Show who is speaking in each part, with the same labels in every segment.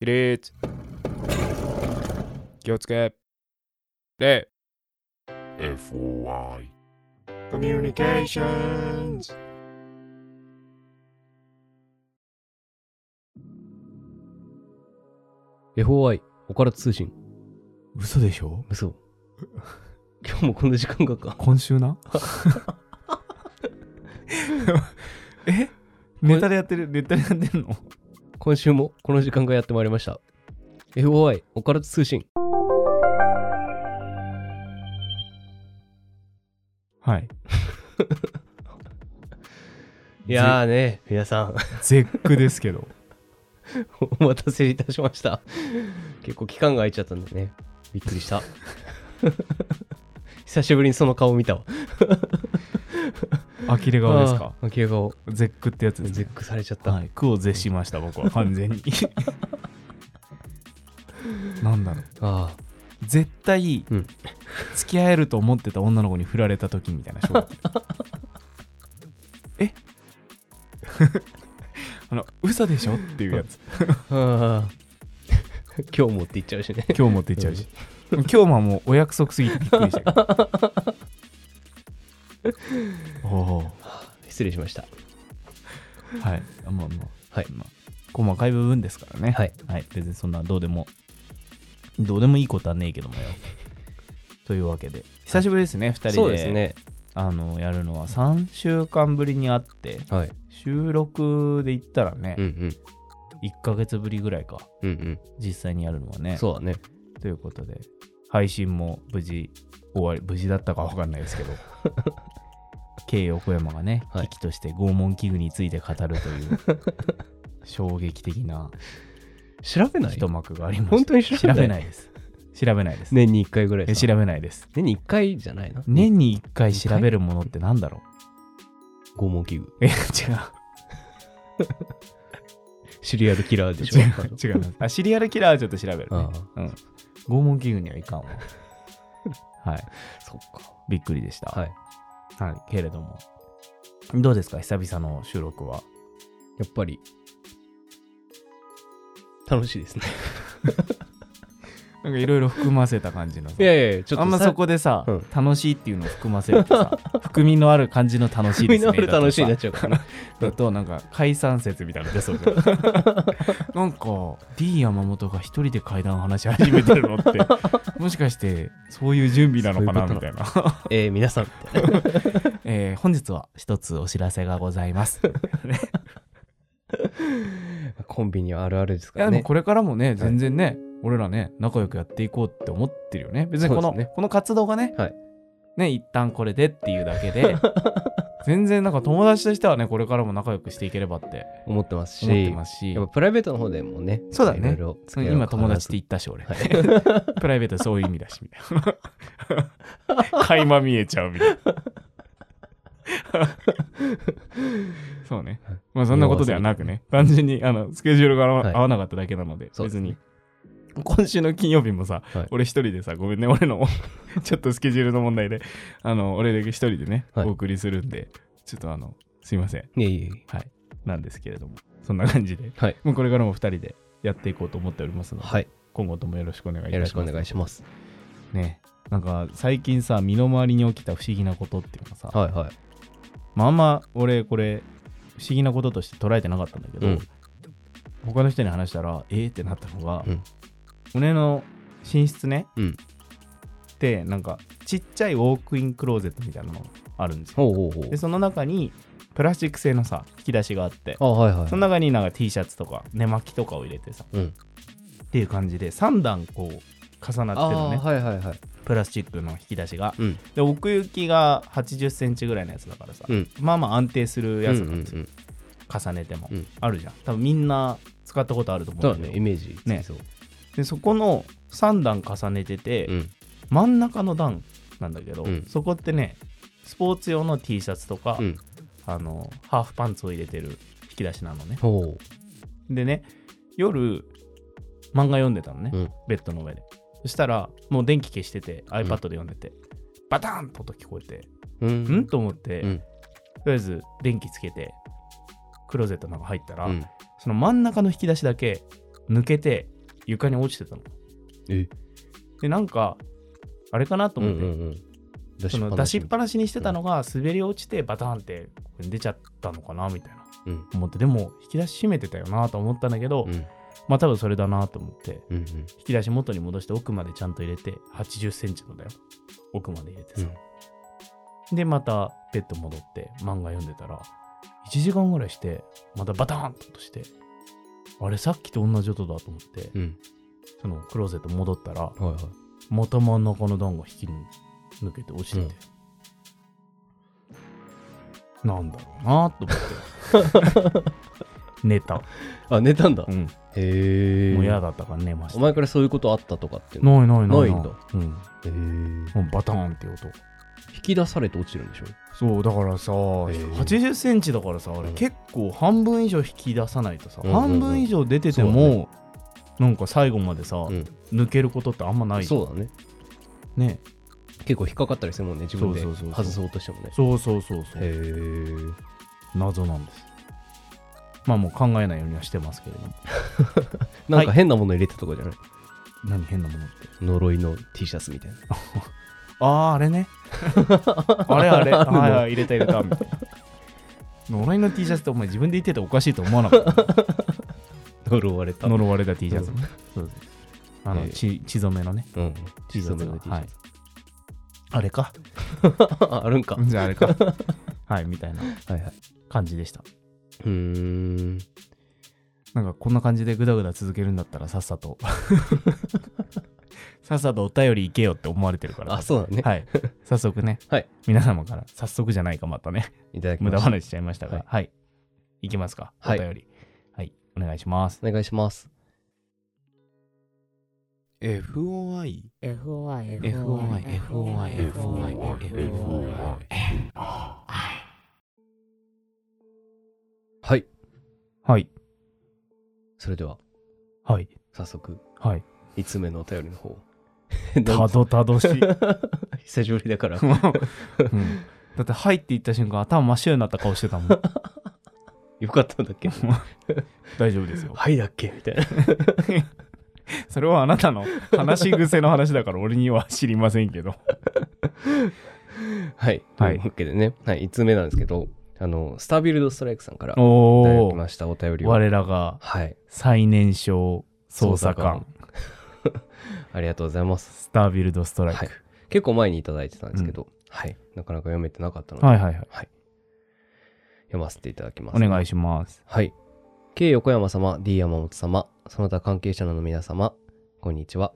Speaker 1: 起立気をつけ礼
Speaker 2: FOI
Speaker 1: コミュニケーションズ
Speaker 3: う。FOI、オカルト通信。
Speaker 4: 嘘でしょ
Speaker 3: 嘘。 今日もこの時間がか。
Speaker 4: 今週な えネタでやってるネタでやってんの
Speaker 3: 今週もこの時間がやってまいりました。FOI、オカルト通信。
Speaker 4: はい
Speaker 3: いやーね、皆さん、
Speaker 4: 絶句ですけど
Speaker 3: お待たせいたしました。結構期間が空いちゃったんでね。びっくりした。 久しぶりにその顔見たわ。
Speaker 4: 呆れ顔ですか
Speaker 3: あー怪我顔。
Speaker 4: 絶句ってやつです
Speaker 3: 絶
Speaker 4: ね
Speaker 3: 句されちゃった。
Speaker 4: はい句を絶しました僕は完全になんだろう
Speaker 3: あ
Speaker 4: 絶対、
Speaker 3: うん
Speaker 4: 付き合えると思ってた女の子に振られた時みたいな衝撃 え あの嘘でしょっていうやつ
Speaker 3: ーあー。 今日もって言っちゃうしね。
Speaker 4: 今日持っていっちゃうし今日はもうお約束すぎてびっくりしたけど おお
Speaker 3: 失礼しました。
Speaker 4: はいまあまあまあ、
Speaker 3: はい
Speaker 4: まあ細かい部分ですからね
Speaker 3: はい、
Speaker 4: 別にそんなどうでもどうでもいいことはねえけどもよというわけで久しぶりですね、二2人で
Speaker 3: そうですね。
Speaker 4: あのやるのは3週間ぶりに会って
Speaker 3: はい。
Speaker 4: 収録で言ったらね、
Speaker 3: うんうん。
Speaker 4: 1ヶ月ぶりぐらいか
Speaker 3: うん
Speaker 4: 実際にやるのは
Speaker 3: う
Speaker 4: ね
Speaker 3: ん。そうだね。
Speaker 4: ということで配信も無事終わり無事だったかわかんないですけ ど K 横山がね、
Speaker 3: はい
Speaker 4: 危機として拷問器具について語るという 衝撃的な
Speaker 3: 調べない
Speaker 4: 一幕がありま
Speaker 3: 本
Speaker 4: した
Speaker 3: 当に調べな
Speaker 4: 調
Speaker 3: い
Speaker 4: べない です調べないです、
Speaker 3: 年に1回ぐらい
Speaker 4: え
Speaker 3: さ
Speaker 4: 調べないです
Speaker 3: 年に1回じゃないな
Speaker 4: 年に1回調べるものってなんだろ
Speaker 3: 拷問器具
Speaker 4: うえ違う
Speaker 3: シリアルキラーでしょ
Speaker 4: 違う違う あシリアルキラーはちょっと調べる、ね
Speaker 3: あ
Speaker 4: うん、拷問器具には いかんわはい
Speaker 3: あそっか
Speaker 4: びっくりでした、
Speaker 3: はい
Speaker 4: はい、けれどもどうですか久々の収録は
Speaker 3: やっぱり楽しいですね
Speaker 4: なんかいろいろ含ませた感じのさ
Speaker 3: いやいやちょっと
Speaker 4: あんま
Speaker 3: さ
Speaker 4: そこでさ、
Speaker 3: うん
Speaker 4: 楽しいっていうのを含ませると さ含みのある感じの楽しい
Speaker 3: み
Speaker 4: ですね
Speaker 3: んなある楽しいになっ
Speaker 4: だと
Speaker 3: ちゃうからね
Speaker 4: さだとなんか解散説みたいなの出そうじ ゃんなんか D 山本が一人で階段話し始めてる のってもしかしてそういう準備なのかな
Speaker 3: そういう
Speaker 4: み
Speaker 3: こと
Speaker 4: たいな
Speaker 3: えー皆さんみたいな
Speaker 4: えー本日は一つお知らせがございます
Speaker 3: コンビニはあるあるです
Speaker 4: い
Speaker 3: か
Speaker 4: や
Speaker 3: ら
Speaker 4: でも
Speaker 3: ね
Speaker 4: これからもね、全然ね、俺らね、仲良くやっていこうって思ってるよね。別にこ
Speaker 3: そ
Speaker 4: の、
Speaker 3: うです
Speaker 4: この活動がね、
Speaker 3: はい
Speaker 4: ね、一旦これでっていうだ けで、全然なんか友達としてはね、これからも仲良くしていければって
Speaker 3: 思ってますし
Speaker 4: 思ってますし
Speaker 3: やっ、ぱプライベートの方でもね
Speaker 4: そうだね
Speaker 3: いろいろ
Speaker 4: その今友達って言ったし、俺。プライベートそういう意味だし、みたいな。垣間見えちゃうみたいな。そうね。まあそんなことではなくね、単純にあのスケジュールが合わ
Speaker 3: はい
Speaker 4: 合わなかっただけなので、
Speaker 3: そうです
Speaker 4: 別
Speaker 3: ね
Speaker 4: に。今週の金曜日もさ、
Speaker 3: はい
Speaker 4: 俺一人でさ、ごめんね、俺の ちょっとスケジュールの問題で、あの俺だけ一人でね、
Speaker 3: はい
Speaker 4: お送りするんで、ちょっとあの、すいません、
Speaker 3: いやいやいや
Speaker 4: なんですけれども、そんな感じで、
Speaker 3: はい
Speaker 4: もうこれからも二人でやっていこうと思っておりますので、
Speaker 3: はい
Speaker 4: 今後ともよろしくお願いいたし
Speaker 3: よ
Speaker 4: ま
Speaker 3: ろ
Speaker 4: す
Speaker 3: し。くお願いします
Speaker 4: ねなんか最近さ身の回りに起きた不思議なことっていうのがさ、
Speaker 3: はいはい
Speaker 4: まああんま俺これ不思議なこととして捉えてなかったんだけど、
Speaker 3: うん
Speaker 4: 他の人に話したらえー、ってなったのが、
Speaker 3: うん
Speaker 4: 俺の寝室ね、
Speaker 3: うん
Speaker 4: でなんかちっちゃいウォークインクローゼットみたいなのがあるんですよ
Speaker 3: ほうほうほう
Speaker 4: でその中にプラスチック製のさ引き出しがあって
Speaker 3: あはいはい
Speaker 4: その中になんか T シャツとか寝巻きとかを入れてさ、
Speaker 3: うん
Speaker 4: っていう感じで3段こう重なってるの
Speaker 3: あ
Speaker 4: ね
Speaker 3: ーはいはいはい
Speaker 4: プラスチックの引き出しが、
Speaker 3: うん
Speaker 4: で奥行きが8 0センチぐらいのやつだからさ、
Speaker 3: うん
Speaker 4: まあまあ安定するやつ
Speaker 3: うんう
Speaker 4: なん
Speaker 3: う
Speaker 4: ん
Speaker 3: ん
Speaker 4: ですよ、重ねても、
Speaker 3: うん
Speaker 4: あるじゃん多分みんな使ったことあると思
Speaker 3: そううんだ
Speaker 4: だけ
Speaker 3: ね
Speaker 4: ど
Speaker 3: イメージつきそう
Speaker 4: でそこの3段重ねてて、
Speaker 3: うん
Speaker 4: 真ん中の段なんだけど、
Speaker 3: うん
Speaker 4: そこってねスポーツ用の T シャツとか、
Speaker 3: うん
Speaker 4: あのハーフパンツを入れてる引き出しなのね
Speaker 3: ほう
Speaker 4: でね夜漫画読んでたのね、
Speaker 3: うん
Speaker 4: ベッドの上でそしたらもう電気消してて iPad で読んでて、バターンと音聞こえて
Speaker 3: うん
Speaker 4: と思って、
Speaker 3: うん
Speaker 4: とりあえず電気つけてクローゼットの中入ったら、
Speaker 3: うん
Speaker 4: その真ん中の引き出しだけ抜けて床に落ちてたの。
Speaker 3: え
Speaker 4: でなんかあれかなと
Speaker 3: うんう
Speaker 4: 思って、
Speaker 3: んうん。出
Speaker 4: その出しっぱなしにしてたのが滑り落ちてバターンって出ちゃったのかなみたいな
Speaker 3: うん
Speaker 4: 思ってでも引き出し閉めてたよなと思ったんだけど、
Speaker 3: うん
Speaker 4: まあ多分それだなと思って
Speaker 3: うんうん。
Speaker 4: 引き出し元に戻して奥までちゃんと入れて80センチのだよ奥まで入れてさ、でまたベッド戻って漫画読んでたら1時間ぐらいしてまたバターンとしてあれさっきと同じ音だと思って、
Speaker 3: うん。
Speaker 4: そのクローゼット戻ったら
Speaker 3: はいはい。
Speaker 4: また真ん中の段が引き抜けて落ちてて、なんだろうなと思って 寝た、
Speaker 3: あ、寝たんだ。
Speaker 4: うん、も
Speaker 3: へえ。
Speaker 4: う嫌だったから寝ました
Speaker 3: お前からそういうことあったとかっていうの
Speaker 4: ないないない
Speaker 3: ないんだ
Speaker 4: うん、
Speaker 3: へえ。
Speaker 4: もうバターンって音
Speaker 3: 引き出されて落ちるんでしょ
Speaker 4: そうだからさ、
Speaker 3: ー
Speaker 4: 8 0センチだからさあれ、
Speaker 3: うん
Speaker 4: 結構半分以上引き出さないとさ、
Speaker 3: うんうんうん
Speaker 4: 半分以上出てても、
Speaker 3: そうだ
Speaker 4: なんか最後までさ、
Speaker 3: うん
Speaker 4: 抜けることってあんまない
Speaker 3: そうだね。
Speaker 4: ね
Speaker 3: 結構引っかかったりするもんね、自分で
Speaker 4: そうそうそうそ
Speaker 3: 外
Speaker 4: う
Speaker 3: そうとしてもね。
Speaker 4: そうそうそうそう
Speaker 3: へー
Speaker 4: 謎なんですまあもう考えないようにはしてますけれども
Speaker 3: なんか変なもの入れてたとかじゃない、
Speaker 4: 何変なものって
Speaker 3: 呪いの T シャツみたいな。
Speaker 4: あああれねあれあれ
Speaker 3: あるの
Speaker 4: はいはい入れた入れたみたいな呪いの T シャツってお前自分で言ってておかしいと思わなかった
Speaker 3: 呪われた。
Speaker 4: 呪われた T シャツ ねそうそうあの、
Speaker 3: ええ
Speaker 4: 血血染めのね
Speaker 3: うん。
Speaker 4: T シャツが
Speaker 3: T シャツ
Speaker 4: あれか
Speaker 3: ああるんか。
Speaker 4: じゃああれか はいみたいな
Speaker 3: はいはい。
Speaker 4: 感じでした
Speaker 3: うーん。
Speaker 4: なんかこんな感じでグダグダ続けるんだったらさっさ とさっさとお便り行けよって思われてるから
Speaker 3: あ、そうだね。
Speaker 4: はい、早速ね、
Speaker 3: はい
Speaker 4: 皆様から早速じゃないかまたね
Speaker 3: いただき
Speaker 4: 無
Speaker 3: ま
Speaker 4: 駄
Speaker 3: す。
Speaker 4: 話しちゃいましたが
Speaker 3: は
Speaker 4: はいい、い、きますかお
Speaker 3: はい
Speaker 4: 便りはい、お願いします
Speaker 3: お願いします。
Speaker 1: FOI
Speaker 2: FOI
Speaker 4: FOI
Speaker 2: FOI FOI FOI FOI
Speaker 3: はい。
Speaker 4: はい
Speaker 3: それでは、
Speaker 4: はい
Speaker 3: 早速、
Speaker 4: はい
Speaker 3: 5つ目のお便りの方。
Speaker 4: たどた どしい、
Speaker 3: 久しぶりだから。
Speaker 4: うんだって「はい」って言った瞬間頭真っ白になった顔してたも ん
Speaker 3: よかったんだっけ
Speaker 4: 大丈夫ですよ
Speaker 3: はいだっけみたいな。
Speaker 4: それはあな たの話し癖の話だから俺には知りませんけど
Speaker 3: はい。
Speaker 4: は
Speaker 3: と
Speaker 4: い
Speaker 3: いうわけでね、はい、5つ目なんですけど、あの、スタービルドストライクさんからいただ
Speaker 4: お
Speaker 3: き
Speaker 4: お
Speaker 3: ましたお便りを。
Speaker 4: 我らが
Speaker 3: はい。
Speaker 4: 最年少捜査官
Speaker 3: ありがとうございます。
Speaker 4: スタービルドストライ
Speaker 3: は
Speaker 4: ク
Speaker 3: い、結構前にいただいてたんですけど、はい。なかなか読めてなかったので、
Speaker 4: はい、はいはい
Speaker 3: 読ませていただきます。
Speaker 4: お願い
Speaker 3: し
Speaker 4: します
Speaker 3: ます。はい。K 横山様、D 山本様、その他関係者の皆様、こんにちは。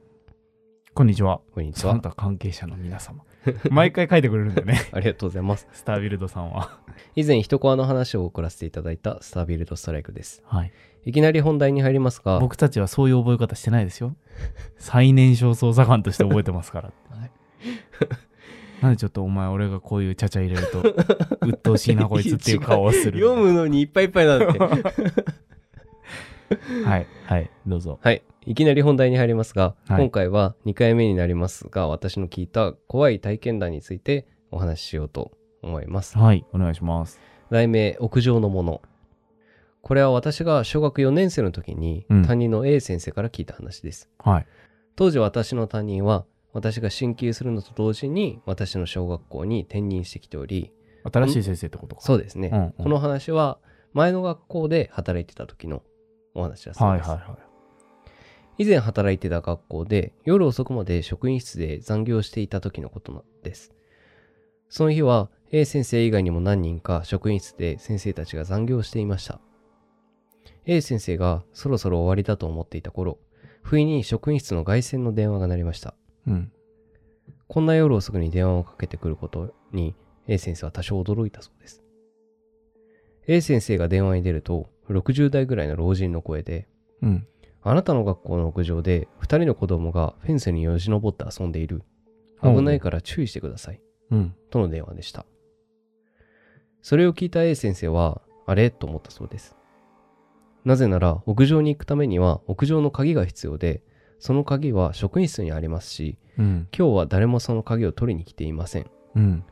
Speaker 4: こんにちは
Speaker 3: こんにち
Speaker 4: その
Speaker 3: は。
Speaker 4: 他関係者の皆様 毎回書いてくれるんだよ ね
Speaker 3: ありがとうございます。
Speaker 4: スタービルドさんは
Speaker 3: 以前、一コアの話を送らせていただいたスタービルドストライクです。
Speaker 4: はい
Speaker 3: いきなり本題に入りますが、
Speaker 4: 僕たちはそういう覚え方してないですよ最年少捜査官として覚えてます から
Speaker 3: はい
Speaker 4: なんでちょっとお前俺がこういうちゃちゃ入れると鬱陶しいなこいつっていう顔をする
Speaker 3: 読むのにいっぱいいっぱいなんで。
Speaker 4: はいはいどうぞ
Speaker 3: はい。いきなり本題に入りますが、
Speaker 4: はい
Speaker 3: 今回は2回目になりますが、私の聞いた怖い体験談についてお話ししようと思います。
Speaker 4: はいお願いします
Speaker 3: 題名、屋上のもの。これは私が小学4年生の時に
Speaker 4: うん
Speaker 3: 担任の A 先生から聞いた話です。
Speaker 4: はい
Speaker 3: 当時私の担任は、私が進級するのと同時に私の小学校に転任してきており、
Speaker 4: 新しい先生ってことか
Speaker 3: そうですね。
Speaker 4: うんうん
Speaker 3: この話は前の学校で働いてた時のお話だそう
Speaker 4: はい
Speaker 3: です。
Speaker 4: はいはい
Speaker 3: 以前働いてた学校で夜遅くまで職員室で残業していた時のことなんです。その日は A 先生以外にも何人か職員室で先生たちが残業していました。A 先生がそろそろ終わりだと思っていた頃、不意に職員室の外線の電話が鳴りました。
Speaker 4: うん
Speaker 3: こんな夜遅くに電話をかけてくることに A 先生は多少驚いたそうです。A 先生が電話に出ると60代ぐらいの老人の声で
Speaker 4: うん
Speaker 3: あなたの学校の屋上で2人の子供がフェンスによじ登って遊んでいる。危ないから注意してください。
Speaker 4: うん
Speaker 3: との電話でした。それを聞いた A 先生は、あれと思ったそうです。なぜなら屋上に行くためには屋上の鍵が必要で、その鍵は職員室にありますし、
Speaker 4: うん
Speaker 3: 今日は誰もその鍵を取りに来ていません。
Speaker 4: うん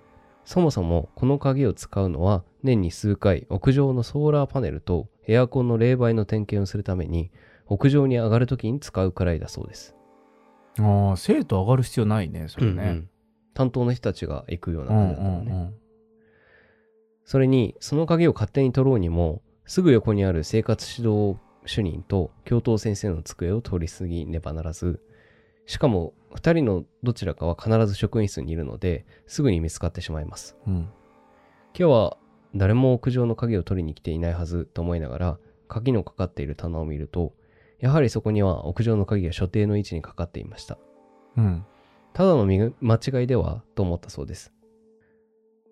Speaker 3: そもそもこの鍵を使うのは年に数回屋上のソーラーパネルとエアコンの冷媒の点検をするために屋上に上がるときに使うくらいだそうです。
Speaker 4: ああ、生徒上がる必要ないね、それ
Speaker 3: うんう
Speaker 4: ね。
Speaker 3: ん担当の人たちが行くような
Speaker 4: うん
Speaker 3: 感じ
Speaker 4: うん
Speaker 3: だったのね。
Speaker 4: うん。
Speaker 3: それに、その鍵を勝手に取ろうにも、すぐ横にある生活指導主任と教頭先生の机を通り過ぎねばならず、しかも2人のどちらかは必ず職員室にいるので、すぐに見つかってしまいます。
Speaker 4: うん
Speaker 3: 今日は誰も屋上の鍵を取りに来ていないはずと思いながら、鍵のかかっている棚を見ると、やはりそこには屋上の鍵が所定の位置にかかっていました。
Speaker 4: うん。
Speaker 3: ただの見間違いではと思ったそうです。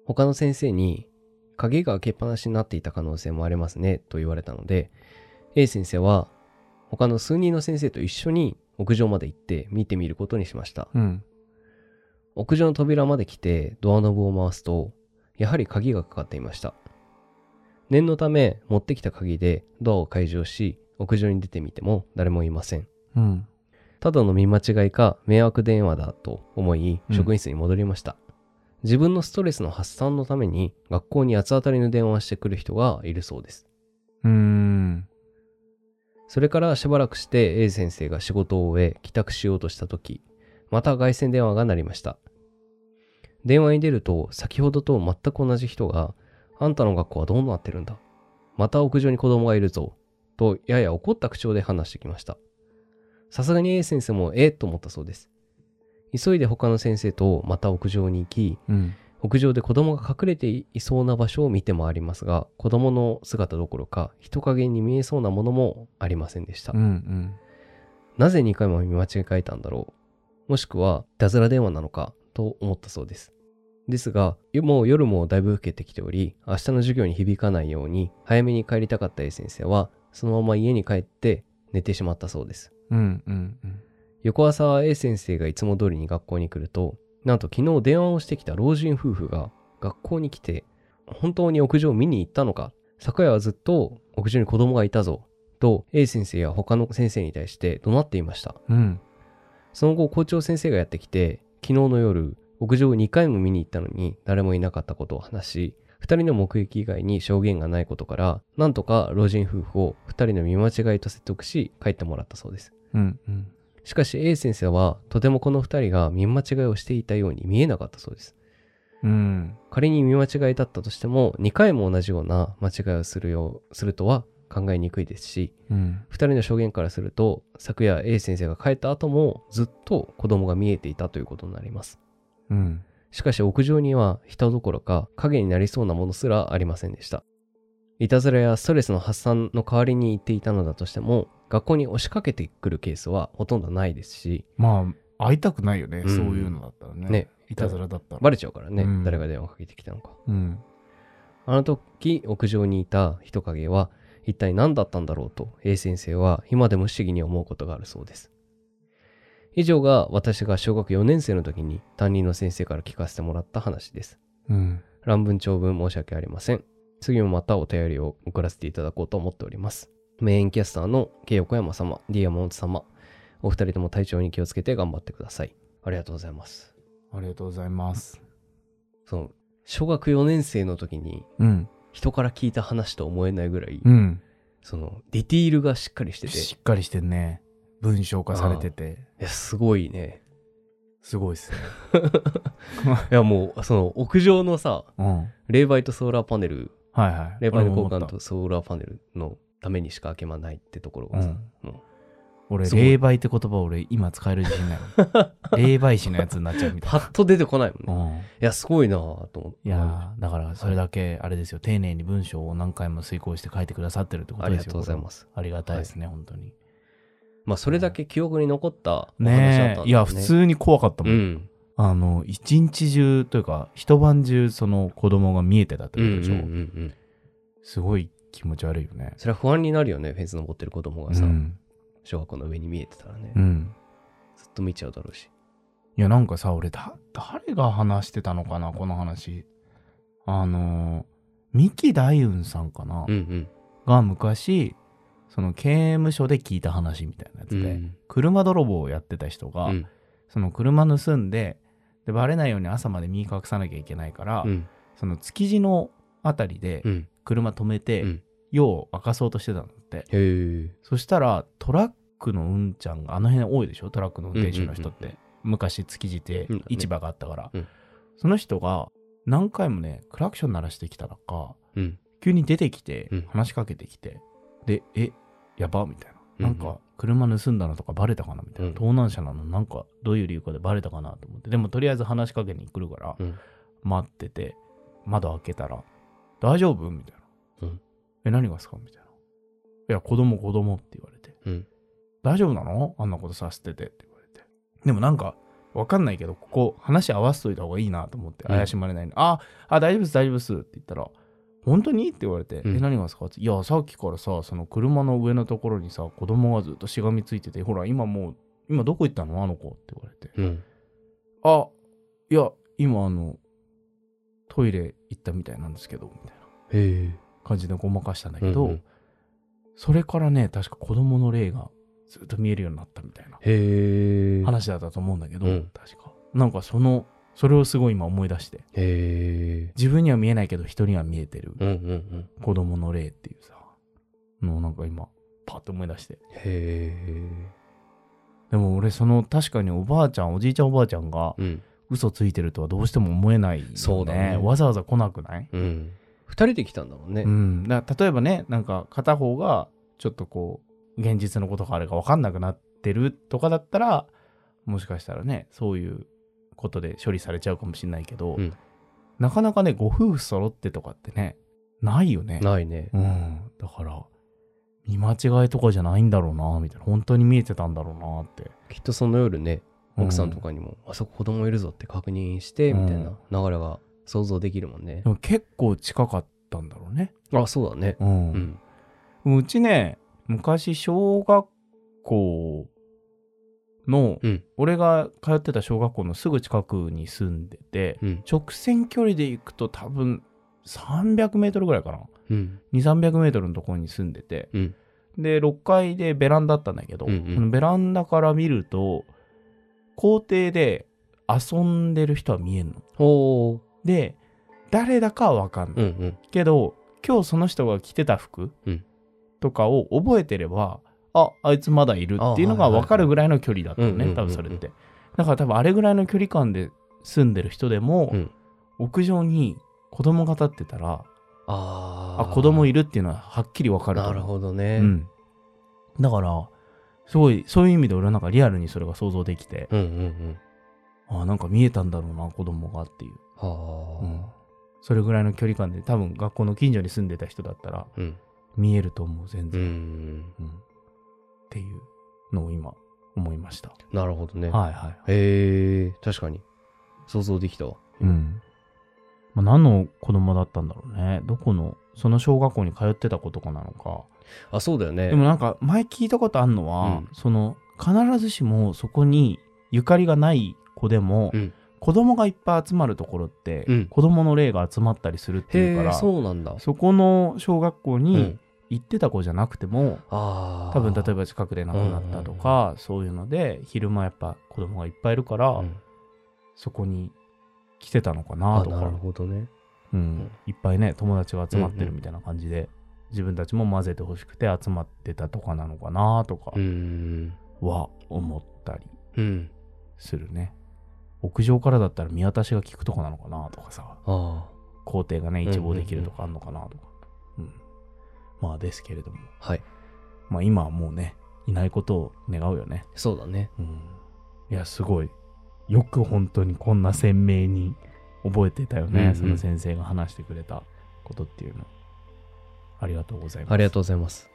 Speaker 3: 他の先生に、鍵が開けっぱなしになっていた可能性もありますねと言われたので、A 先生は、他の数人の先生と一緒に屋上まで行って見てみることにしました。
Speaker 4: うん。
Speaker 3: 屋上の扉まで来てドアノブを回すと、やはり鍵がかかっていました。念のため、持ってきた鍵でドアを解錠し、屋上に出てみても誰もいません。
Speaker 4: うん。
Speaker 3: ただの見間違いか迷惑電話だと思い
Speaker 4: うん
Speaker 3: 職員室に戻りました、自分のストレスの発散のために学校に八つ当たりの電話をしてくる人がいるそうです
Speaker 4: うーん。
Speaker 3: それからしばらくして A 先生が仕事を終え帰宅しようとした時また外線電話が鳴りました電話に出ると先ほどと全く同じ人が「あんたの学校はどうなってるんだまた屋上に子供がいるぞ」とやや怒った口調で話してきましたさすがに A 先生も「えっ?」と思ったそうです急いで他の先生とまた屋上に行き
Speaker 4: うん。
Speaker 3: 屋上で子供が隠れていそうな場所を見て回りますが子供の姿どころか人影に見えそうなものもありませんでした、
Speaker 4: うん。うん。
Speaker 3: なぜ2回も見間違えたんだろうもしくはいたずら電話なのかと思ったそうですですがもう夜もだいぶ更けてきており明日の授業に響かないように早めに帰りたかった A 先生はそのまま家に帰って寝てしまったそうです
Speaker 4: うん。うん。うん
Speaker 3: 翌朝は A 先生がいつも通りに学校に来るとなんと昨日電話をしてきた老人夫婦が学校に来て本当に屋上を見に行ったのか昨夜はずっと屋上に子供がいたぞと A 先生や他の先生に対して怒鳴っていました
Speaker 4: うん。
Speaker 3: その後校長先生がやってきて昨日の夜屋上を2回も見に行ったのに誰もいなかったことを話し2人の目撃以外に証言がないことからなんとか老人夫婦を2人の見間違いと説得し帰ってもらったそうです
Speaker 4: うん。うん。
Speaker 3: しかし A 先生はとてもこの2人が見間違いをしていたように見えなかったそうです
Speaker 4: うん。
Speaker 3: 仮に見間違いだったとしても2回も同じような間違いをするようするとは考えにくいですし
Speaker 4: うん。
Speaker 3: 2人の証言からすると昨夜 A 先生が帰った後もずっと子供が見えていたということになります
Speaker 4: うん。
Speaker 3: しかし屋上には人どころか影になりそうなものすらありませんでしたいたずらやストレスの発散の代わりに言っていたのだとしても学校に押しかけてくるケースはほとんどないですし
Speaker 4: まあ、会いたくないよね、
Speaker 3: うん
Speaker 4: そういうのだったらね。
Speaker 3: ね
Speaker 4: いたずらだったら。
Speaker 3: バレちゃうからね、
Speaker 4: うん
Speaker 3: 誰が電話かけてきたのか
Speaker 4: うん。
Speaker 3: あの時屋上にいた人影は一体何だったんだろうと A 先生は今でも不思議に思うことがあるそうです以上が私が小学4年生の時に担任の先生から聞かせてもらった話です
Speaker 4: うん。
Speaker 3: 乱文長文申し訳ありません次もまたお便りを送らせていただこうと思っておりますメインキャスターの K 横山様 D 山本様お二人とも体調に気をつけて頑張ってくださいありがとうございます
Speaker 4: ありがとうございます。
Speaker 3: その小学4年生の時に
Speaker 4: うん。
Speaker 3: 人から聞いた話と思えないぐらい、
Speaker 4: うん。
Speaker 3: そのディティールがしっかりしてて
Speaker 4: しっかりしてんね。文章化されてて。
Speaker 3: いやすごいね
Speaker 4: すごいっすね。
Speaker 3: いやもうその屋上のさ
Speaker 4: うん。はい
Speaker 3: 冷媒とソーラーパネル
Speaker 4: はい。
Speaker 3: 冷媒の交
Speaker 4: 俺も思
Speaker 3: 換
Speaker 4: った
Speaker 3: とソーラーパネルのためにしか開けまないってところがさ、うん
Speaker 4: 俺、
Speaker 3: すごい
Speaker 4: 霊媒って言葉俺今使える自信 ないもん。霊媒師のやつになっちゃうみたい
Speaker 3: パッと出てこないもん
Speaker 4: な。
Speaker 3: ね
Speaker 4: うん。
Speaker 3: いやすごいなぁと思って
Speaker 4: いやーだからそれだけあれですよ、丁寧に文章を何回も遂行して書いてくださってるってこ
Speaker 3: あ
Speaker 4: と
Speaker 3: り
Speaker 4: で
Speaker 3: が
Speaker 4: す
Speaker 3: と
Speaker 4: よ。。
Speaker 3: うございますす
Speaker 4: ありがたいですね、本当に。
Speaker 3: まあそれだけ記憶に残ったお話だったんだ
Speaker 4: ね
Speaker 3: ろう
Speaker 4: え、いや、普通に怖かったも。
Speaker 3: うんん
Speaker 4: あの、一日中というか、一晩中その子供が見えてたって
Speaker 3: うん
Speaker 4: こ
Speaker 3: う
Speaker 4: と
Speaker 3: ん
Speaker 4: で
Speaker 3: う
Speaker 4: し
Speaker 3: んう
Speaker 4: ょ。
Speaker 3: ん
Speaker 4: すごい気持ち悪いよね。
Speaker 3: それは不安になるよねフェンス登ってる子供が
Speaker 4: う
Speaker 3: さ、
Speaker 4: ん。
Speaker 3: 小学校の上に見えてたらね、
Speaker 4: うん。
Speaker 3: ずっと見ちゃうだろうし
Speaker 4: いや、なんかさ、俺だ、誰が話してたのかな、この話。あのー、三木大雲さんかな、
Speaker 3: うん
Speaker 4: が昔、その刑務所で聞いた話みたいなやつ
Speaker 3: うん
Speaker 4: で、
Speaker 3: うん
Speaker 4: 車泥棒をやってた人が、
Speaker 3: うん
Speaker 4: その車盗んででバレないように朝まで身隠さなきゃいけないから、
Speaker 3: うん
Speaker 4: その築地のあたりで
Speaker 3: うん
Speaker 4: 車止めて、
Speaker 3: うん
Speaker 4: 夜を明かそうとしてたんだっって
Speaker 3: へえ。
Speaker 4: そしたらトラックのうんちゃんがあの辺多いでしょトラックの運転手の人って、
Speaker 3: うんうんうん
Speaker 4: 昔築地で
Speaker 3: うん
Speaker 4: 市場があったから、
Speaker 3: うん
Speaker 4: その人が何回もねクラクション鳴らしてきたらか
Speaker 3: うん。
Speaker 4: 急に出てきて
Speaker 3: うん
Speaker 4: 話しかけてきて、でえやばみたい
Speaker 3: うん
Speaker 4: ななんか車盗んだのとかバレたかなみたいな、
Speaker 3: うん
Speaker 4: 盗難車なのなんかどういう理由かでバレたかなと思ってでもとりあえず話しかけに来るから、
Speaker 3: うん
Speaker 4: 待ってて窓開けたら「大丈夫?」みたいな「
Speaker 3: うん
Speaker 4: え何がですか?」みたいな「いや子供子供って言われて
Speaker 3: うん。
Speaker 4: 「大丈夫なのあんなことさせてて」って言われてでもなんかわかんないけどここ話合わせといた方がいいなと思って
Speaker 3: うん
Speaker 4: 怪しまれないの、ああ大丈夫です大丈夫です」って言ったら「本当に?」って言われて「
Speaker 3: うん
Speaker 4: え何がですか?」って「いやさっきからさその車の上のところにさ子供がずっとしがみついててほら今もう今どこ行ったのあの子」って言われて
Speaker 3: うん。
Speaker 4: あ、いや、今あの、トイレ行ったみたいなんですけど、みたいな
Speaker 3: へえ。
Speaker 4: 感じでごまかしたんだけど、
Speaker 3: うんうん
Speaker 4: それからね、確か子供の霊がずっと見えるようになったみたいな
Speaker 3: へえ。
Speaker 4: 話だったと思うんだけど、
Speaker 3: うん
Speaker 4: 確か。なんかその、それをすごい今思い出して、
Speaker 3: へえ。
Speaker 4: 自分には見えないけど人には見えてる
Speaker 3: うんうんうん。
Speaker 4: 子供の霊っていうさ、のをなんか今、パッと思い出して。
Speaker 3: へ
Speaker 4: でも俺その確かにおばあちゃんおじいちゃんおばあちゃんが
Speaker 3: え。うん。
Speaker 4: 嘘ついてるとはどうしても思えないよね
Speaker 3: そうだね
Speaker 4: わざわざ来なくない
Speaker 3: うん。二人で来たんだもんね
Speaker 4: う。ん、だから例えばねなんか片方がちょっとこう現実のことがあれか分かんなくなってるとかだったらもしかしたらねそういうことで処理されちゃうかもしれないけど、
Speaker 3: うん
Speaker 4: なかなかねご夫婦揃ってとかってねないよね
Speaker 3: ないね。
Speaker 4: うん、だから見間違いとかじゃないんだろうなみたいな本当に見えてたんだろうなって
Speaker 3: きっとその夜ね、奥さんと
Speaker 4: う
Speaker 3: かにも、あそこ子供いるぞって確認して、みたいな流れが想像できるもんね
Speaker 4: で。も結構近かったんだろうね
Speaker 3: あ、そうだね。
Speaker 4: うん
Speaker 3: うん。
Speaker 4: うちね、昔、小学校の、
Speaker 3: うん
Speaker 4: 俺が通ってた小学校のすぐ近くに住んでて、
Speaker 3: うん。
Speaker 4: 直線距離で行くと多分300メートルぐらいかな。
Speaker 3: うん。
Speaker 4: 2、300メートルのところに住んでて、
Speaker 3: うん
Speaker 4: で、6階でベランダだったんだけど、
Speaker 3: うんうん
Speaker 4: そのベランダから見ると、校庭で遊んでる人は見えんの。
Speaker 3: おー。
Speaker 4: で、誰だかはわかんな
Speaker 3: う
Speaker 4: い。
Speaker 3: んうん。
Speaker 4: けど今日その人が着てた服
Speaker 3: うん
Speaker 4: とかを覚えてれば、ああいつまだいるっていうの
Speaker 3: あ
Speaker 4: が
Speaker 3: はいはいはい
Speaker 4: 分かるぐらいの距離だったよ
Speaker 3: うんうんうんう
Speaker 4: ね
Speaker 3: ん
Speaker 4: 多分それってだから多分あれぐらいの距離感で住んでる人でも、
Speaker 3: うん
Speaker 4: 屋上に子供が立ってたら
Speaker 3: あ
Speaker 4: あ子供い
Speaker 3: る
Speaker 4: るっていうのははっきり分かると
Speaker 3: な
Speaker 4: 思
Speaker 3: る
Speaker 4: う
Speaker 3: ほどね。
Speaker 4: うん、だからすごいそういう意味で俺はなんかリアルにそれが想像できて、
Speaker 3: うんうんうん。
Speaker 4: あなんか見えたんだろうな子供がっていう、うん
Speaker 3: は
Speaker 4: それぐらいの距離感で多分学校の近所に住んでた人だったら
Speaker 3: あ。うん。
Speaker 4: 見えると思う全
Speaker 3: う
Speaker 4: 然、
Speaker 3: ん。
Speaker 4: うんっていうのを今思いました
Speaker 3: なるほどね。
Speaker 4: はいはい、
Speaker 3: へえ、確かに。想像できたわ。
Speaker 4: うんまあ、何の子供だったんだろうねどこのその小学校に通ってた子とかなのか
Speaker 3: あ、そうだよね。
Speaker 4: でもなんか前聞いたことあるのは、
Speaker 3: うん
Speaker 4: その必ずしもそこにゆかりがない子でも、
Speaker 3: うん
Speaker 4: 子供がいっぱい集まるところって、
Speaker 3: うん
Speaker 4: 子供の霊が集まったりするっていうか
Speaker 3: へえ、
Speaker 4: ら
Speaker 3: そうなんだ。
Speaker 4: そこの小学校
Speaker 3: う
Speaker 4: に
Speaker 3: ん
Speaker 4: 行ってた子じゃなくても、
Speaker 3: ああ。
Speaker 4: 多分例えば近くで亡くなったとか、そういうので昼間やっぱ子供がいっぱいいるから、
Speaker 3: うん
Speaker 4: そこに来てたのか
Speaker 3: あ
Speaker 4: なと
Speaker 3: なる
Speaker 4: か、
Speaker 3: ほどね。
Speaker 4: うん
Speaker 3: ん
Speaker 4: いっぱいね友達が集まって
Speaker 3: うんう
Speaker 4: る
Speaker 3: ん
Speaker 4: みたいな感じで、自分たちも混ぜてほしくて集まってたとかなのかなとか
Speaker 3: うん。
Speaker 4: は思ったり
Speaker 3: うん。
Speaker 4: するね。屋上からだったら見渡しが効くとかなのかなとかさ
Speaker 3: あ
Speaker 4: 校庭がね
Speaker 3: うんうんうん
Speaker 4: 一望できるとかあんのかなとか、うんまあですけれども
Speaker 3: あ。はい。
Speaker 4: まあ今はもうねいないことを願うよね。
Speaker 3: そうだね。
Speaker 4: うん、いやすごいよく本当にこんな鮮明に覚えてたよね、
Speaker 3: うんうん
Speaker 4: その先生が話してくれたことっていうのありがとうございます
Speaker 3: ありがとうございます。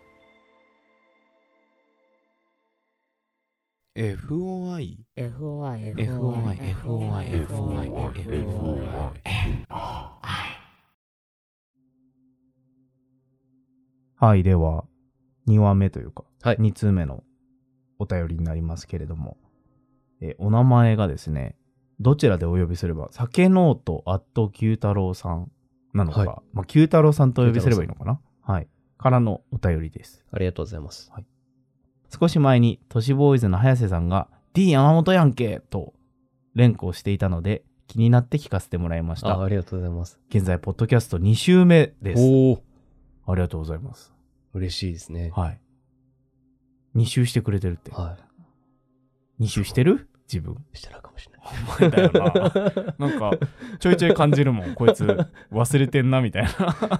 Speaker 1: FOI
Speaker 2: FOI
Speaker 1: FOI
Speaker 2: FOI
Speaker 1: FOI
Speaker 2: FOI
Speaker 1: FOI
Speaker 4: はいでは2話目というか、
Speaker 3: はい
Speaker 4: 2通目のお便りになりますけれどもえお名前がですねどちらでお呼びすれば酒ノートアット九太郎さんなのか、
Speaker 3: はい
Speaker 4: まあ、九太郎さんとお呼びすればいいのかなはいからのお便りです
Speaker 3: ありがとうございます。
Speaker 4: 少し前に都市ボーイズの早瀬さんが D 山本やんけと連呼していたので気になって聞かせてもらいまし
Speaker 3: ああ
Speaker 4: た
Speaker 3: りがとうございます。
Speaker 4: 現在ポッドキャスト2週目です
Speaker 3: おお。
Speaker 4: ありがとうございます
Speaker 3: 嬉しいですね。
Speaker 4: はい。2周してくれてるって。
Speaker 3: は
Speaker 4: 2周してる自分。
Speaker 3: い。してないかもしれない。
Speaker 4: お前だよ な。なんか、ちょいちょい感じるも ん。こいつ、忘れてんな、みた いな。はい。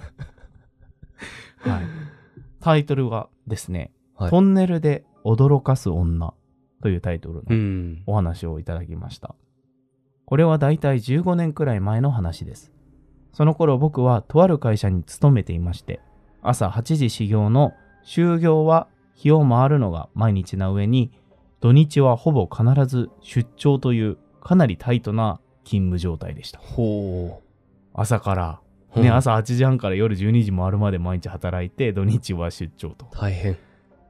Speaker 4: タイトルがですね、
Speaker 3: はい
Speaker 4: トンネルで驚かす女というタイトル
Speaker 3: う
Speaker 4: の
Speaker 3: ん。
Speaker 4: お話をいただきました。これはだいたい15年くらい前の話です。その頃僕はとある会社に勤めていまして、朝8時始業の就業は日を回るのが毎日な上に、土日はほぼ必ず出張というかなりタイトな勤務状態でした。
Speaker 3: ほ
Speaker 4: 朝から、
Speaker 3: う。
Speaker 4: ね、
Speaker 3: うん。
Speaker 4: 朝8時半から夜12時回るまで毎日働いて、土日は出張と。
Speaker 3: 大変。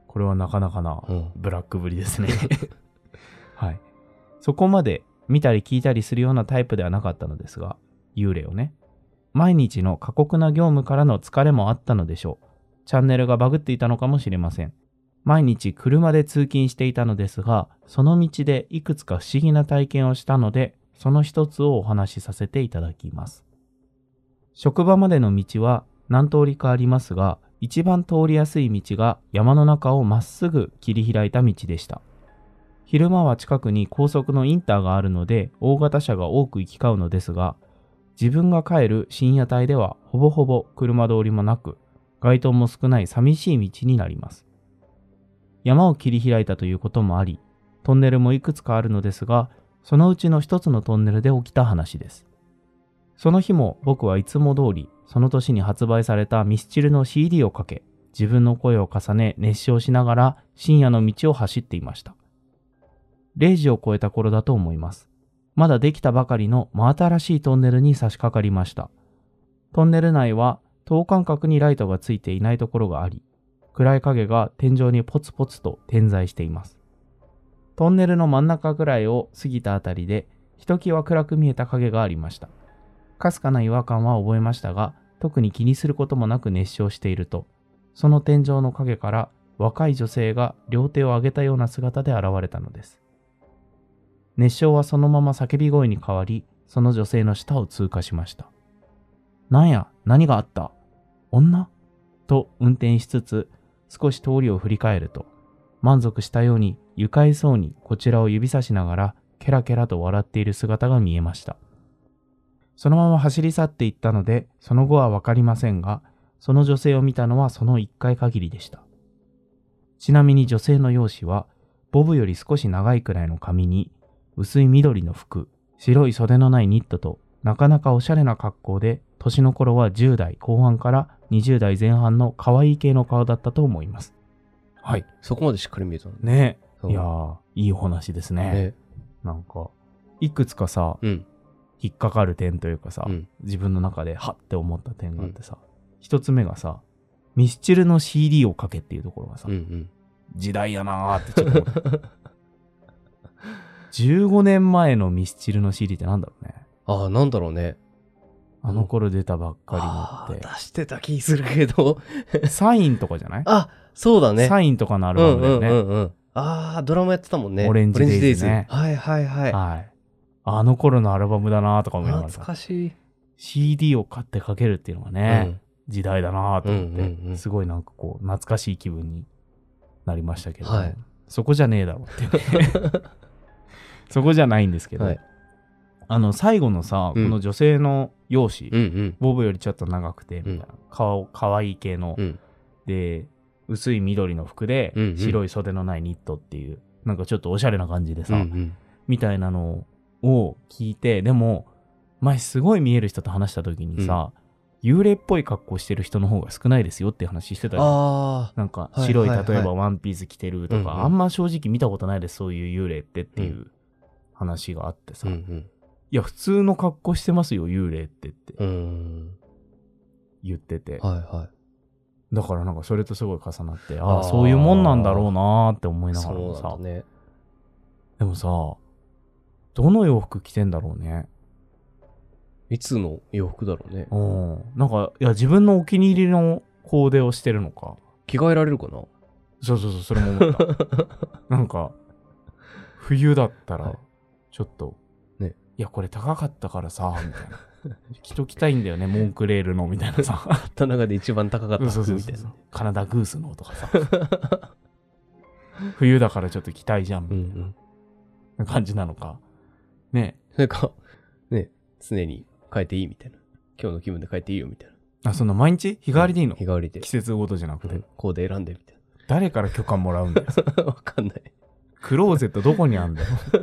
Speaker 4: これはなかなかな
Speaker 3: うん。
Speaker 4: ブラックぶりですね。はい。そこまで見たり聞いたりするようなタイプではなかったのですが、幽霊をね。毎日の過酷な業務からの疲れもあったのでしょう。チャンネルがバグっていたのかもしれません。毎日車で通勤していたのですが、その道でいくつか不思議な体験をしたので、その一つをお話しさせていただきます。職場までの道は何通りかありますが、一番通りやすい道が山の中をまっすぐ切り開いた道でした。昼間は近くに高速のインターがあるので、大型車が多く行き交うのですが、自分が帰る深夜帯ではほぼほぼ車通りもなく、街灯も少ない寂しい道になります。山を切り開いたということもあり、トンネルもいくつかあるのですが、そのうちの一つのトンネルで起きた話です。その日も僕はいつも通り、その年に発売されたミスチルの CD をかけ、自分の声を重ね熱唱しながら深夜の道を走っていました。0時を超えた頃だと思います。まだできたばかりの真新しいトンネルに差し掛かりました。トンネル内は等間隔にライトがついていないところがあり、暗い影が天井にポツポツと点在しています。トンネルの真ん中ぐらいを過ぎたあたりで、ひときわ暗く見えた影がありました。かすかな違和感は覚えましたが、特に気にすることもなく熱唱していると、その天井の影から若い女性が両手を上げたような姿で現れたのです。熱唱はそのまま叫び声に変わり、その女性の下を通過しました。なんや、何があった女と運転しつつ、少し通りを振り返ると、満足したように愉快そうにこちらを指さしながら、ケラケラと笑っている姿が見えました。そのまま走り去っていったので、その後はわかりませんが、その女性を見たのはその一回限りでした。ちなみに女性の容姿は、ボブより少し長いくらいの髪に、薄い緑の服、白い袖のないニットと、なかなかおしゃれな格好で、年の頃は10代後半から20代前半の可愛い系の顔だったと思います。はい。
Speaker 3: そこまでしっかり見えたの
Speaker 4: ね
Speaker 3: そう
Speaker 4: いやー、いいお話ですね。
Speaker 3: ね。
Speaker 4: なんか、いくつかさ、
Speaker 3: うん。
Speaker 4: 引っかかる点というかさ、
Speaker 3: うん。
Speaker 4: 自分の中ではって思った点があってさ、一つ目がさミスチルの CD をかけっていうところがさ、
Speaker 3: うんうん。
Speaker 4: 時代やなーってちょっと思った15年前のミスチルの CD ってなんだろ うね
Speaker 3: ああ、なんだろうね。
Speaker 4: あの頃出たばっか
Speaker 3: あ
Speaker 4: り
Speaker 3: あ
Speaker 4: のっ
Speaker 3: 出してた気するけど。
Speaker 4: てサインとかじゃない、
Speaker 3: あ、そうだね。
Speaker 4: サインとかのアルバムだよね、
Speaker 3: うんうんうんうん。ああ、ドラマやってたもんね。
Speaker 4: オレンジデイズね
Speaker 3: はいはいはい。
Speaker 4: はいあの頃のアルバムだなーとか思いながら
Speaker 3: 懐
Speaker 4: さ
Speaker 3: かしい。
Speaker 4: CD を買ってかけるっていうのがね、時代だなぁと思って、
Speaker 3: うんうんうん
Speaker 4: すごいなんかこう懐かしい気分になりましたけど、
Speaker 3: はい
Speaker 4: そこじゃねえだろうっていう ねそこじゃないんですけ
Speaker 3: うん。
Speaker 4: ど、
Speaker 3: はい。
Speaker 4: あの最後のさ、
Speaker 3: うん
Speaker 4: この女性の容姿、
Speaker 3: うんうん。
Speaker 4: ボブよりちょっと長くてみたいな、顔可愛い系の、
Speaker 3: うん
Speaker 4: で薄い緑の服で、
Speaker 3: うんうん
Speaker 4: 白い袖のないニットっていうなんかちょっとおしゃれな感じで
Speaker 3: う
Speaker 4: さ、
Speaker 3: んうん。
Speaker 4: みたいなのを聞いてでも前すごい見える人と話した時にさ、幽霊っぽい格好してる人の方が少ないですよっていう話してたじゃん
Speaker 3: あ
Speaker 4: なんか
Speaker 3: い
Speaker 4: 白い,、
Speaker 3: はいはい
Speaker 4: 例えばワンピース着てるとか、
Speaker 3: うんうん
Speaker 4: あんま正直見たことないですそういう幽霊ってっていう話があって
Speaker 3: あ。
Speaker 4: さ、
Speaker 3: うん
Speaker 4: いや普通の格好してますよ幽霊ってって
Speaker 3: うん。うん。
Speaker 4: 言ってて、
Speaker 3: はいはい。
Speaker 4: だからなんかそれとすごい重なってあ
Speaker 3: あ
Speaker 4: あ
Speaker 3: ー
Speaker 4: そういうもんなんだろうなーって思いながら
Speaker 3: そう
Speaker 4: も
Speaker 3: なん
Speaker 4: さ、
Speaker 3: だね。
Speaker 4: でもさどの洋服着てんだろうね
Speaker 3: いつの洋服だろうね。
Speaker 4: うん。なんか、いや、自分のお気に入りのコーデをしてるのか。
Speaker 3: 着替えられるかな
Speaker 4: そうそうそう、それも 思った。なんか、冬だった
Speaker 3: は
Speaker 4: ら
Speaker 3: い、
Speaker 4: ちょっと、
Speaker 3: ね
Speaker 4: いや、これ高かったからさ、みたいな。着ときたいんだよね、モンクレールのみたいな さ。
Speaker 3: 田中で一番高かった
Speaker 4: そう
Speaker 3: 服
Speaker 4: そう
Speaker 3: み
Speaker 4: そ
Speaker 3: た
Speaker 4: う
Speaker 3: い
Speaker 4: そう
Speaker 3: な。
Speaker 4: カナダグースのとかさ。冬だからちょっと着たいじゃん、
Speaker 3: うんう
Speaker 4: み
Speaker 3: ん。
Speaker 4: たいな感じなのか。ね
Speaker 3: なんか、ね、常に変えていいみたいな。今日の気分で変えていいよみたいな。
Speaker 4: あ、その毎日日替わりでいいの、
Speaker 3: 日替わりで
Speaker 4: 季。節ごとじゃなくて。
Speaker 3: コーデ選んでみたい
Speaker 4: 誰から許可もらうんだよ。
Speaker 3: な。 わかんない。
Speaker 4: クローゼットどこにあんだよ。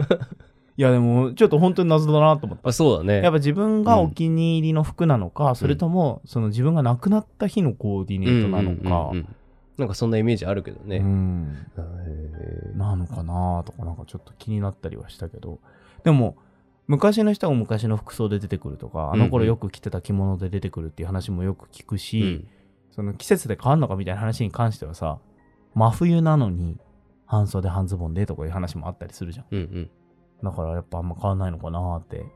Speaker 4: いや、でも、ちょっと本当に謎だなと思って。
Speaker 3: あ、そうだね。
Speaker 4: やっぱ自分がお気に入りの服なのか、それとも、その自分が亡くなった日のコーディネートなのか
Speaker 3: うんうんうんう、んなんかそんなイメージあるけど
Speaker 4: う
Speaker 3: ね。
Speaker 4: ん
Speaker 3: へー
Speaker 4: なのかなとか、なんかちょっと気になったりはしたけど、でも、昔の人が昔の服装で出てくるとか、あの頃よく着てた着物で出てくるっていう話もよく聞くし、
Speaker 3: うん
Speaker 4: その季節で変わんのかみたいな話に関してはさ、真冬なのに半袖半ズボンでとかいう話もあったりするじゃん。
Speaker 3: うん
Speaker 4: だからやっぱあんま変わんないのかなーって、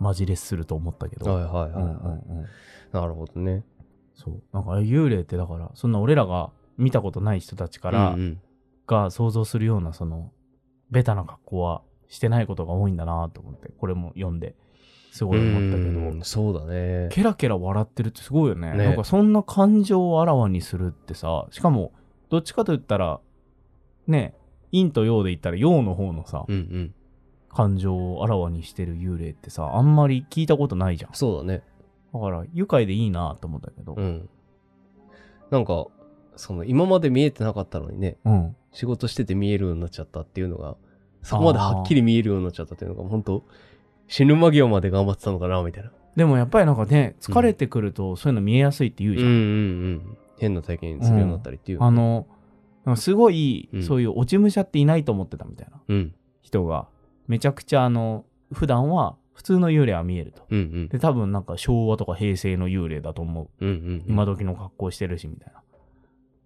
Speaker 4: マジレスすると思ったけ
Speaker 3: うん。はい
Speaker 4: ど。
Speaker 3: はい
Speaker 4: うん
Speaker 3: はい
Speaker 4: うん
Speaker 3: はい。
Speaker 4: うん。
Speaker 3: なるほどね。
Speaker 4: そう。なんか幽霊ってだから、そんな俺らが見たことない人たちから、
Speaker 3: うんうん
Speaker 4: が想像するようなそのベタな格好はしてないことが多いんだなと思ってこれも読んですごい思ったけど、
Speaker 3: うんそうだね。
Speaker 4: ケラケラ笑ってるってすごいよね
Speaker 3: ね
Speaker 4: なんかそんな感情をあらわにするってさしかもどっちかと言ったらね陰と陽で言ったら陽の方のさ、
Speaker 3: うんうん。
Speaker 4: 感情をあらわにしてる幽霊ってさあんまり聞いたことないじゃん
Speaker 3: そうだね。
Speaker 4: だから愉快でいいなと思ったけど
Speaker 3: うん。なんか、その今まで見えてなかったのにね、
Speaker 4: うん
Speaker 3: 仕事してて見えるようになっちゃったっていうのが、そこまではっきり見えるようになっちゃったっていうのが、本当死ぬ間際まで頑張ってたのかな、みたいな。
Speaker 4: でもやっぱりなんかね疲れてくるとそういうの見えやすいって言
Speaker 3: う
Speaker 4: う
Speaker 3: ん
Speaker 4: じゃ
Speaker 3: うん
Speaker 4: ん
Speaker 3: うん。変な体験するようになったりっていう。
Speaker 4: あの、なんかすごい、
Speaker 3: うん
Speaker 4: そういう落ち武者っていないと思ってたみたいな
Speaker 3: うん
Speaker 4: 人が、めちゃくちゃあの、普段は普通の幽霊は見えると。
Speaker 3: うんうん
Speaker 4: で、多分なんか昭和とか平成の幽霊だと思
Speaker 3: う
Speaker 4: う。
Speaker 3: んうん。
Speaker 4: 今時の格好してるし、みたいな。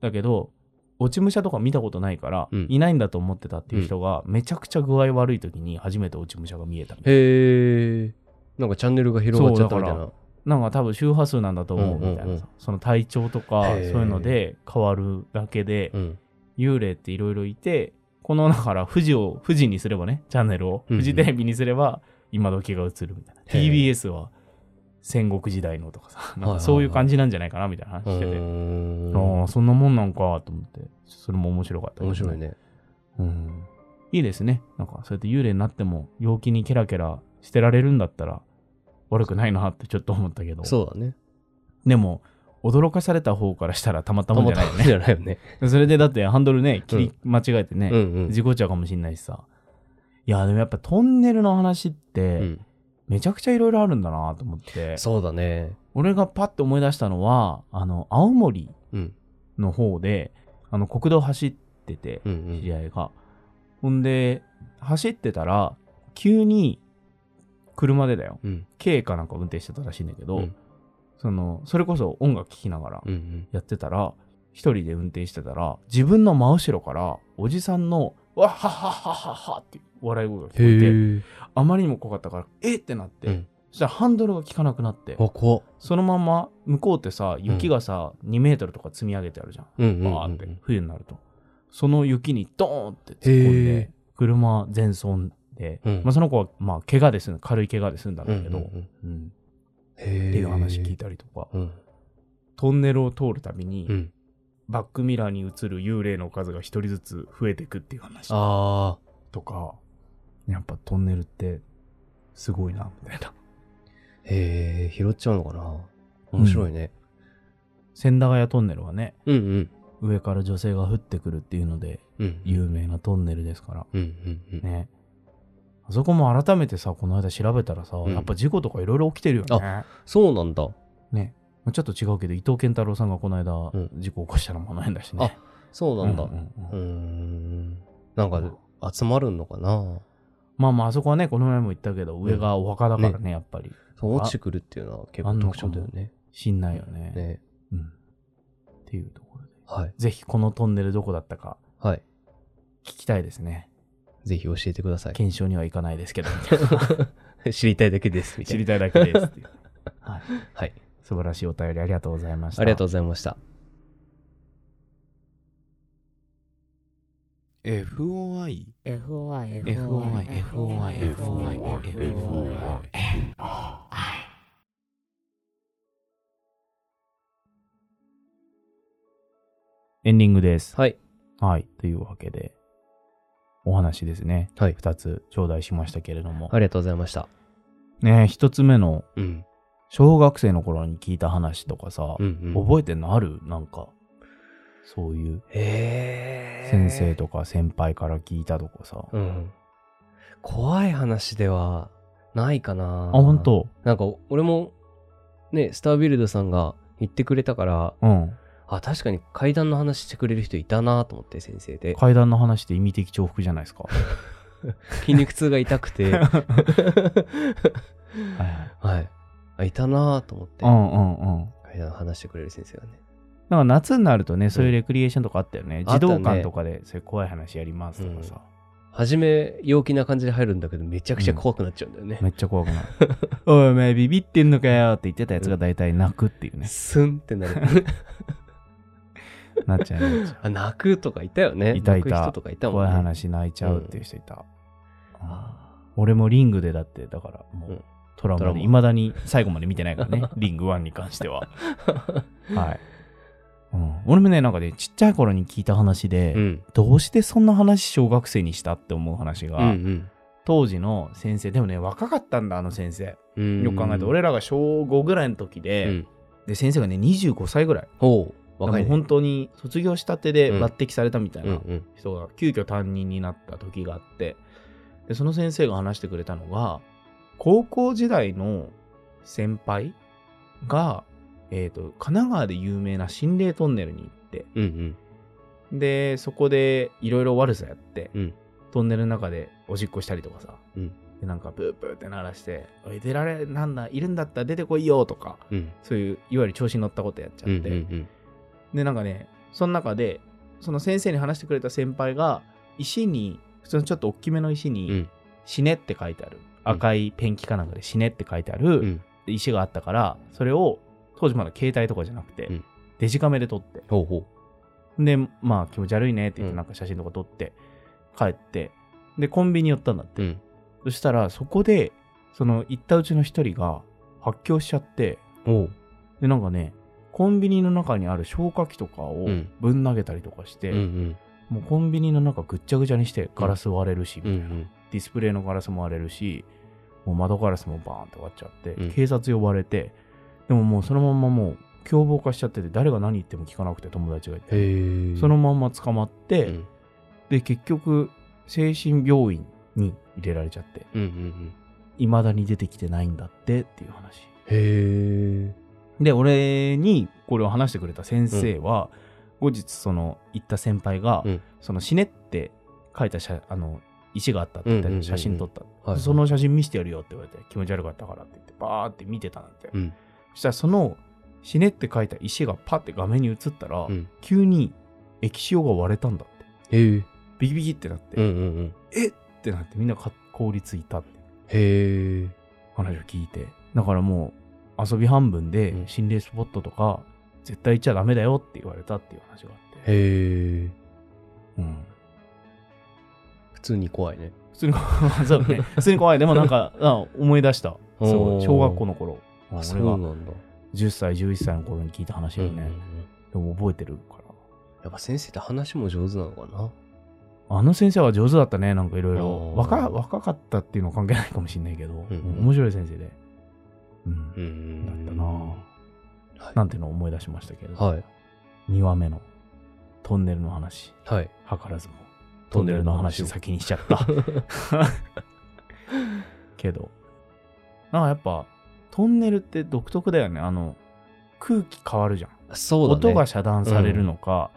Speaker 4: だけど、落ち武者とか見たことないから、
Speaker 3: うん
Speaker 4: いないんだと思ってたっていう人が、めちゃくちゃ具合悪い時に初めて落ち武者が見えたみたい
Speaker 3: へえ。なんかチャンネルが広がっちゃったみたい
Speaker 4: そうだ
Speaker 3: な。
Speaker 4: な。なんか多分周波数なんだと思うみたいなさ、
Speaker 3: うんうんうん
Speaker 4: その体調とか、そう
Speaker 3: へー
Speaker 4: いうので変わるだけで、
Speaker 3: うん。
Speaker 4: 幽霊っていろいろいてこのだから富士を富士にすればねチャンネルを
Speaker 3: うんうん
Speaker 4: 富士テレビにすれば今時が映るみたい
Speaker 3: へ
Speaker 4: な、
Speaker 3: え
Speaker 4: TBS は戦国時代のとかさなん
Speaker 3: はいはいは
Speaker 4: か
Speaker 3: い
Speaker 4: そういう感じなんじゃないかなみたいな話してて、
Speaker 3: うーん
Speaker 4: ああそんなもんなんかと思ってそれも面白かった
Speaker 3: 面白い、ね。
Speaker 4: うん、いいですねなんかそうやって幽霊になっても陽気にケラケラしてられるんだったら悪くないなってちょっと思ったけど
Speaker 3: そうだね。
Speaker 4: でも驚かされた方からしたらたまっ
Speaker 3: た
Speaker 4: たも
Speaker 3: ま
Speaker 4: んじゃない
Speaker 3: たま
Speaker 4: よね
Speaker 3: じゃないよね。
Speaker 4: それでだってハンドルね切り間違えてね、
Speaker 3: うんうん。
Speaker 4: 事故っちゃうかもしんないしさいやでもやっぱトンネルの話っ
Speaker 3: う
Speaker 4: て
Speaker 3: ん
Speaker 4: めちゃくちゃいろいろあるんだなと思って、
Speaker 3: そうだね。
Speaker 4: 俺がパッと思い出したのはあの青森
Speaker 3: うん
Speaker 4: の方であの国道走ってて
Speaker 3: うん
Speaker 4: 知り合いが、ほんで走ってたら急に車でだよ
Speaker 3: うんうん。
Speaker 4: 軽かなんか運転してたらしいんだけど、
Speaker 3: うん
Speaker 4: そのそれこそ音楽聴きながら
Speaker 3: うんうん。
Speaker 4: やってたら一人で運転してたら自分の真後ろからおじさんの「わっはっはっはっは」っていう笑い声が聞こえて
Speaker 3: へえ。
Speaker 4: あまりにも怖かったから「えっ!」てなって、
Speaker 3: うん
Speaker 4: そしたらハンドルが効かなくなって
Speaker 3: あ、怖っ。
Speaker 4: そのまま向こうってさ雪がさ、2メートルとか積み上げてあるじゃん
Speaker 3: うんうんうん
Speaker 4: バーって
Speaker 3: うん
Speaker 4: 冬になるとその雪にドーンって突っ込ん
Speaker 3: へ
Speaker 4: で
Speaker 3: え
Speaker 4: 車全損で、
Speaker 3: うん
Speaker 4: まあ、その子はまあ怪我です軽い怪我で済んだんだけど、
Speaker 3: うんうんうん
Speaker 4: うん
Speaker 3: へえ。
Speaker 4: っていう話聞いたりとか、
Speaker 3: うん。
Speaker 4: トンネルを通るたびに、
Speaker 3: うん。
Speaker 4: バックミラーに映る幽霊の数が一人ずつ増えていくっていう話
Speaker 3: ああ。
Speaker 4: とか、やっぱトンネルってすごいな、みたいな。
Speaker 3: へえ。拾っちゃうのかな。面白いね。
Speaker 4: 千駄ヶ谷トンネルはね、
Speaker 3: うんうん。
Speaker 4: 上から女性が降ってくるっていうので
Speaker 3: うん。
Speaker 4: 有名なトンネルですから、
Speaker 3: うんうんうん。
Speaker 4: ね。あそこも改めてさ、この間調べたらさ、
Speaker 3: うん
Speaker 4: やっぱ事故とかいろいろ起きてるよね。
Speaker 3: そうなんだ。
Speaker 4: ね。まあちょっと違うけど、伊藤健太郎さんがこの間、
Speaker 3: うん
Speaker 4: 事故起こしたのもあの辺だしね
Speaker 3: あ。そうなんだ。
Speaker 4: う
Speaker 3: うん
Speaker 4: うんう
Speaker 3: ー
Speaker 4: ん
Speaker 3: ん。なんか集まるのかな。
Speaker 4: まあまあ、あそこはね、この前も言ったけど、上がお墓だからね、やっぱり。
Speaker 3: そう落ちてくるっていうのは結構特徴だよね。
Speaker 4: しんないよね。
Speaker 3: ね。
Speaker 4: うん。っていうところで。
Speaker 3: はい。
Speaker 4: ぜひこのトンネルどこだったか
Speaker 3: はい。
Speaker 4: 聞きたいですね。
Speaker 3: ぜひ教えてください。
Speaker 4: 検証にはいかないですけど、
Speaker 3: 知りたいだけです。みた
Speaker 4: 知
Speaker 3: い
Speaker 4: り
Speaker 3: な。
Speaker 4: たいだけですっていう。はい。
Speaker 3: はい。
Speaker 4: 素晴らしいお便りありがとうございました。
Speaker 3: ありがとうございました。
Speaker 1: FOI
Speaker 2: FOI FOI FOI FOI
Speaker 4: エンディングです。
Speaker 3: はい。
Speaker 4: はい。というわけで、お話ですね。
Speaker 3: はい。
Speaker 4: 2つ頂戴しましたけれども。
Speaker 3: ありがとうございました。
Speaker 4: ね一1つ目の、
Speaker 3: うん。
Speaker 4: 小学生の頃に聞いた話とかさ、
Speaker 3: うん、うん。
Speaker 4: 覚えてんのあるなんか、そういう
Speaker 3: えー、
Speaker 4: 先生とか先輩から聞いたとかさ。あ、
Speaker 3: うん。怖い話ではないかな。
Speaker 4: ほんと
Speaker 3: なんか、俺も、ね、スタービルドさんが言ってくれたから、
Speaker 4: うん。
Speaker 3: あ、確かに階段の話してくれる人いたなと思って、先生で。
Speaker 4: 階段の話って意味的重複じゃない ですか。
Speaker 3: 筋肉痛が痛く て。
Speaker 4: はいはい
Speaker 3: はい。あ、いたなと思って
Speaker 4: う、んうんうん。
Speaker 3: 階段話してくれる先生がね。
Speaker 4: なんか夏になるとね、そういうレクリエーションとかあったよね。
Speaker 3: あっ
Speaker 4: 児
Speaker 3: たね
Speaker 4: 童館とかで、そういう怖い話やりますとかさ。
Speaker 3: 初め、陽気な感じで入るんだけど、めちゃくちゃ怖くなっちゃうんだよね。
Speaker 4: めっちゃ 怖くなる。おい、お前ビビってんのかよって言ってたやつが大体泣くっていうね。
Speaker 3: スンってな る。
Speaker 4: なっち ゃうなっちゃ
Speaker 3: あ泣くとかいたよね。
Speaker 4: いたいた
Speaker 3: 泣く人とかいた
Speaker 4: う。
Speaker 3: もん
Speaker 4: 怖い
Speaker 3: ね。
Speaker 4: 話泣いちゃうっていう人いた。うん俺もリングでだって、だからも
Speaker 3: う
Speaker 4: うんトラウ
Speaker 3: ト
Speaker 4: マ
Speaker 3: ラウ
Speaker 4: で、
Speaker 3: マ
Speaker 4: いまだに最後まで見てな いからね。リング1に関しては。はい。うん、俺もね、なんかね、ちっちゃい頃に聞いた話で、
Speaker 3: うん。
Speaker 4: どうしてそんな話小学生にしたって思う話が、
Speaker 3: うん
Speaker 4: 当時の先生でもね若かったんだあの先生
Speaker 3: うん。
Speaker 4: よく考えて、俺らが小5ぐらいの時で、
Speaker 3: うん。
Speaker 4: で先生がね25歳ぐらい
Speaker 3: ほう。若い
Speaker 4: も
Speaker 3: ね。
Speaker 4: う本当に卒業したてで
Speaker 3: うん
Speaker 4: 抜擢されたみたい
Speaker 3: うん
Speaker 4: な
Speaker 3: うん。
Speaker 4: 人が急遽担任になった時があってでその先生が話してくれたのが高校時代の先輩が、えー、と神奈川で有名な心霊トンネルに行って
Speaker 3: うんうん。
Speaker 4: でそこでいろいろ悪さやって、
Speaker 3: うん
Speaker 4: トンネルの中でおしっこしたりとかさ、
Speaker 3: うん
Speaker 4: でなんかブーブーって鳴らして「おい出られなんだいるんだったら出てこいよ」とか
Speaker 3: うん。
Speaker 4: そういういわゆる調子に乗ったことやっちゃっ
Speaker 3: う
Speaker 4: て、
Speaker 3: んうんうん。
Speaker 4: でなんかねその中でその先生に話してくれた先輩が石に普通のちょっと大きめの石に
Speaker 3: う
Speaker 4: 「
Speaker 3: ん
Speaker 4: 死ね」って書いてある赤いペンキかなんかで「死ね」って書いてあ
Speaker 3: う
Speaker 4: る
Speaker 3: ん
Speaker 4: 石があったからそれを当時まだ携帯とかじゃなくて、
Speaker 3: うん
Speaker 4: デジカメで撮って
Speaker 3: ほうほ
Speaker 4: で、まあ気持ち悪いねって言っ
Speaker 3: う
Speaker 4: て、
Speaker 3: ん
Speaker 4: なんか写真とか撮って、帰って、で、コンビニ寄ったんだって。
Speaker 3: う。うん。
Speaker 4: そしたら、そこで、その行ったうちの一人が発狂しちゃって、
Speaker 3: ほう。
Speaker 4: で、なんかね、コンビニの中にある消火器とかを
Speaker 3: うん
Speaker 4: ぶん投げたりとかして、
Speaker 3: うんうん。
Speaker 4: もうコンビニの中ぐっちゃぐちゃにしてガラス割れるし、み
Speaker 3: う
Speaker 4: たいな、
Speaker 3: ん
Speaker 4: ディスプレイのガラスも割れるし、もう窓ガラスもバーンって割っちゃって、
Speaker 3: うん
Speaker 4: 警察呼ばれて、でももうそのまんまもう凶暴化しちゃってて、誰が何言っても聞かなくて友達がい
Speaker 3: うん。
Speaker 4: て、
Speaker 3: へえ。
Speaker 4: そのまんま捕まって、
Speaker 3: うん
Speaker 4: で結局精神病院に入れられちゃって
Speaker 3: うんうんうん。
Speaker 4: 未だに出てきてないんだってっていう話
Speaker 3: へえ。
Speaker 4: で俺にこれを話してくれた先生は、後日その行った先輩が、
Speaker 3: うん
Speaker 4: その死ねって書いた写あの石があったって言った
Speaker 3: うんうんうんうん
Speaker 4: 写真撮った、
Speaker 3: はい。
Speaker 4: そ、の写真見せてやるよって言われて気持ち悪かったからって言ってバーって見てたなんて、
Speaker 3: うん
Speaker 4: そしたらその死ねって書いた石がパッて画面に映ったら、
Speaker 3: うん
Speaker 4: 急に液晶が割れたんだって
Speaker 3: へえ。
Speaker 4: ビキビキってなって、
Speaker 3: うんうんうん。
Speaker 4: ってなってみんなか凍りついたって
Speaker 3: へえ。
Speaker 4: 話を聞いてだからもう遊び半分で
Speaker 3: うん
Speaker 4: 心霊スポットとか絶対行っちゃダメだよって言われたっていう話があって、
Speaker 3: へえ。
Speaker 4: うん、
Speaker 3: 普通に怖いね。
Speaker 4: 普通にそう ね普通に怖いでもな んかあ思い出した
Speaker 3: おー
Speaker 4: そう小学校の頃俺
Speaker 3: そう
Speaker 4: が
Speaker 3: なんだ。
Speaker 4: 10歳11歳の頃に聞いた話
Speaker 3: う
Speaker 4: よ
Speaker 3: んうんう
Speaker 4: ね、
Speaker 3: ん
Speaker 4: でも覚えてるから
Speaker 3: やっぱ先生って話も上手なのかな
Speaker 4: あの先生は上手だったねなんかいろいろ
Speaker 3: おー
Speaker 4: 若若かったっていうのは関係ないかもしれないけど、
Speaker 3: うんうん
Speaker 4: 面白い先生で、うん
Speaker 3: ん
Speaker 4: だったなぁ
Speaker 3: はい
Speaker 4: なんていうのを思い出しましたけれど、
Speaker 3: はい。
Speaker 4: 2話目のトンネルの話
Speaker 3: はい。
Speaker 4: 図らずもトンネルの話先にしちゃった けどなんかやっぱトンネルって独特だよねあの空気変わるじゃん、
Speaker 3: そうだね。
Speaker 4: 音が遮断されるのか、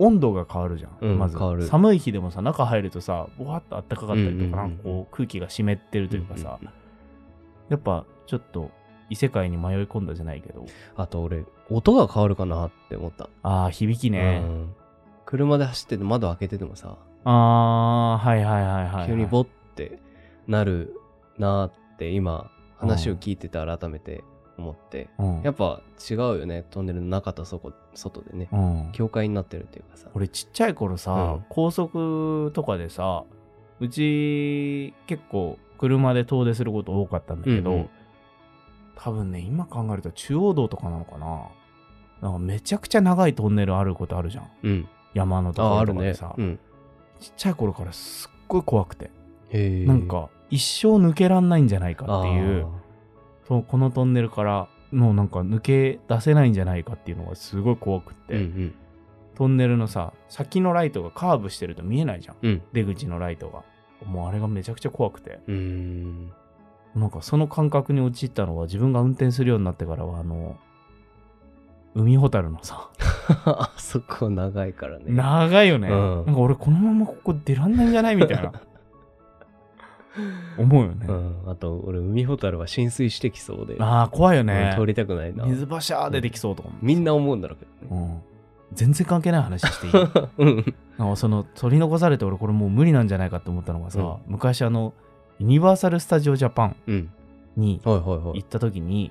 Speaker 4: 温度が変わるじゃん、
Speaker 3: うん
Speaker 4: まず
Speaker 3: 変わる
Speaker 4: 寒い日でもさ中入るとさぼわっと暖かかったりと
Speaker 3: うんう
Speaker 4: か、
Speaker 3: んうん
Speaker 4: なんかこう空気が湿ってるというかさ、
Speaker 3: うんうん
Speaker 4: やっぱちょっと異世界に迷い込んだじゃないけど
Speaker 3: あと俺、音が変わるかなって思った。
Speaker 4: ああ響きね、
Speaker 3: うん車で走ってて窓開けててもさ、
Speaker 4: ああはいはいはいはい、はい、
Speaker 3: 急にボッてなるなーって今、話を聞いてて改めて思って。
Speaker 4: うん、
Speaker 3: やっぱ違うよね。トンネルの中とそこ外でね。
Speaker 4: うん、
Speaker 3: 境界になってるっていうかさ。
Speaker 4: 俺ちっちゃい頃さ、
Speaker 3: うん
Speaker 4: 高速とかでさうち結構車で遠出すること多かったんだけど、
Speaker 3: うんうん
Speaker 4: 多分ね今考えると中央道とかなのかななんかめちゃくちゃ長いトンネルあることあるじゃん
Speaker 3: うん。
Speaker 4: 山のとこ
Speaker 3: あ、ある
Speaker 4: ろとかで
Speaker 3: ね
Speaker 4: さ、。
Speaker 3: うん。
Speaker 4: ちっちゃい頃からすっごい怖くて、
Speaker 3: へえ。
Speaker 4: なんか一生抜けらんないんじゃないかってい
Speaker 3: あ
Speaker 4: う
Speaker 3: ー
Speaker 4: そうこのトンネルからもうなんか抜け出せないんじゃないかっていうのがすごい怖くって、
Speaker 3: うん
Speaker 4: トンネルのさ先のライトがカーブしてると見えないじゃん
Speaker 3: うん。
Speaker 4: 出口のライトがもうあれがめちゃくちゃ怖くて
Speaker 3: うん。うーん。
Speaker 4: なんかその感覚に陥ったのは自分が運転するようになってからはあの海ほたるのさ
Speaker 3: あそこ長いからね。
Speaker 4: 長いよね、
Speaker 3: うん
Speaker 4: なんか俺このままここ出らんないんじゃないみたい な思うよね、
Speaker 3: うん。あと、俺、海ほたるは浸水してきそうで。
Speaker 4: ああ怖いよ
Speaker 3: う
Speaker 4: ね
Speaker 3: ん通りたくないな。
Speaker 4: 水柱出てきそうとかも
Speaker 3: みんな思うんだろうけど
Speaker 4: う
Speaker 3: ね。
Speaker 4: ん、全然関係ない話していいな
Speaker 3: うん。
Speaker 4: んかその取り残されて俺これもう無理なんじゃないかって思ったのがさ、昔あのユニバーサル・スタジオ・ジャパン
Speaker 3: うん。
Speaker 4: に
Speaker 3: はいはいは
Speaker 4: 行
Speaker 3: い
Speaker 4: っ。た時に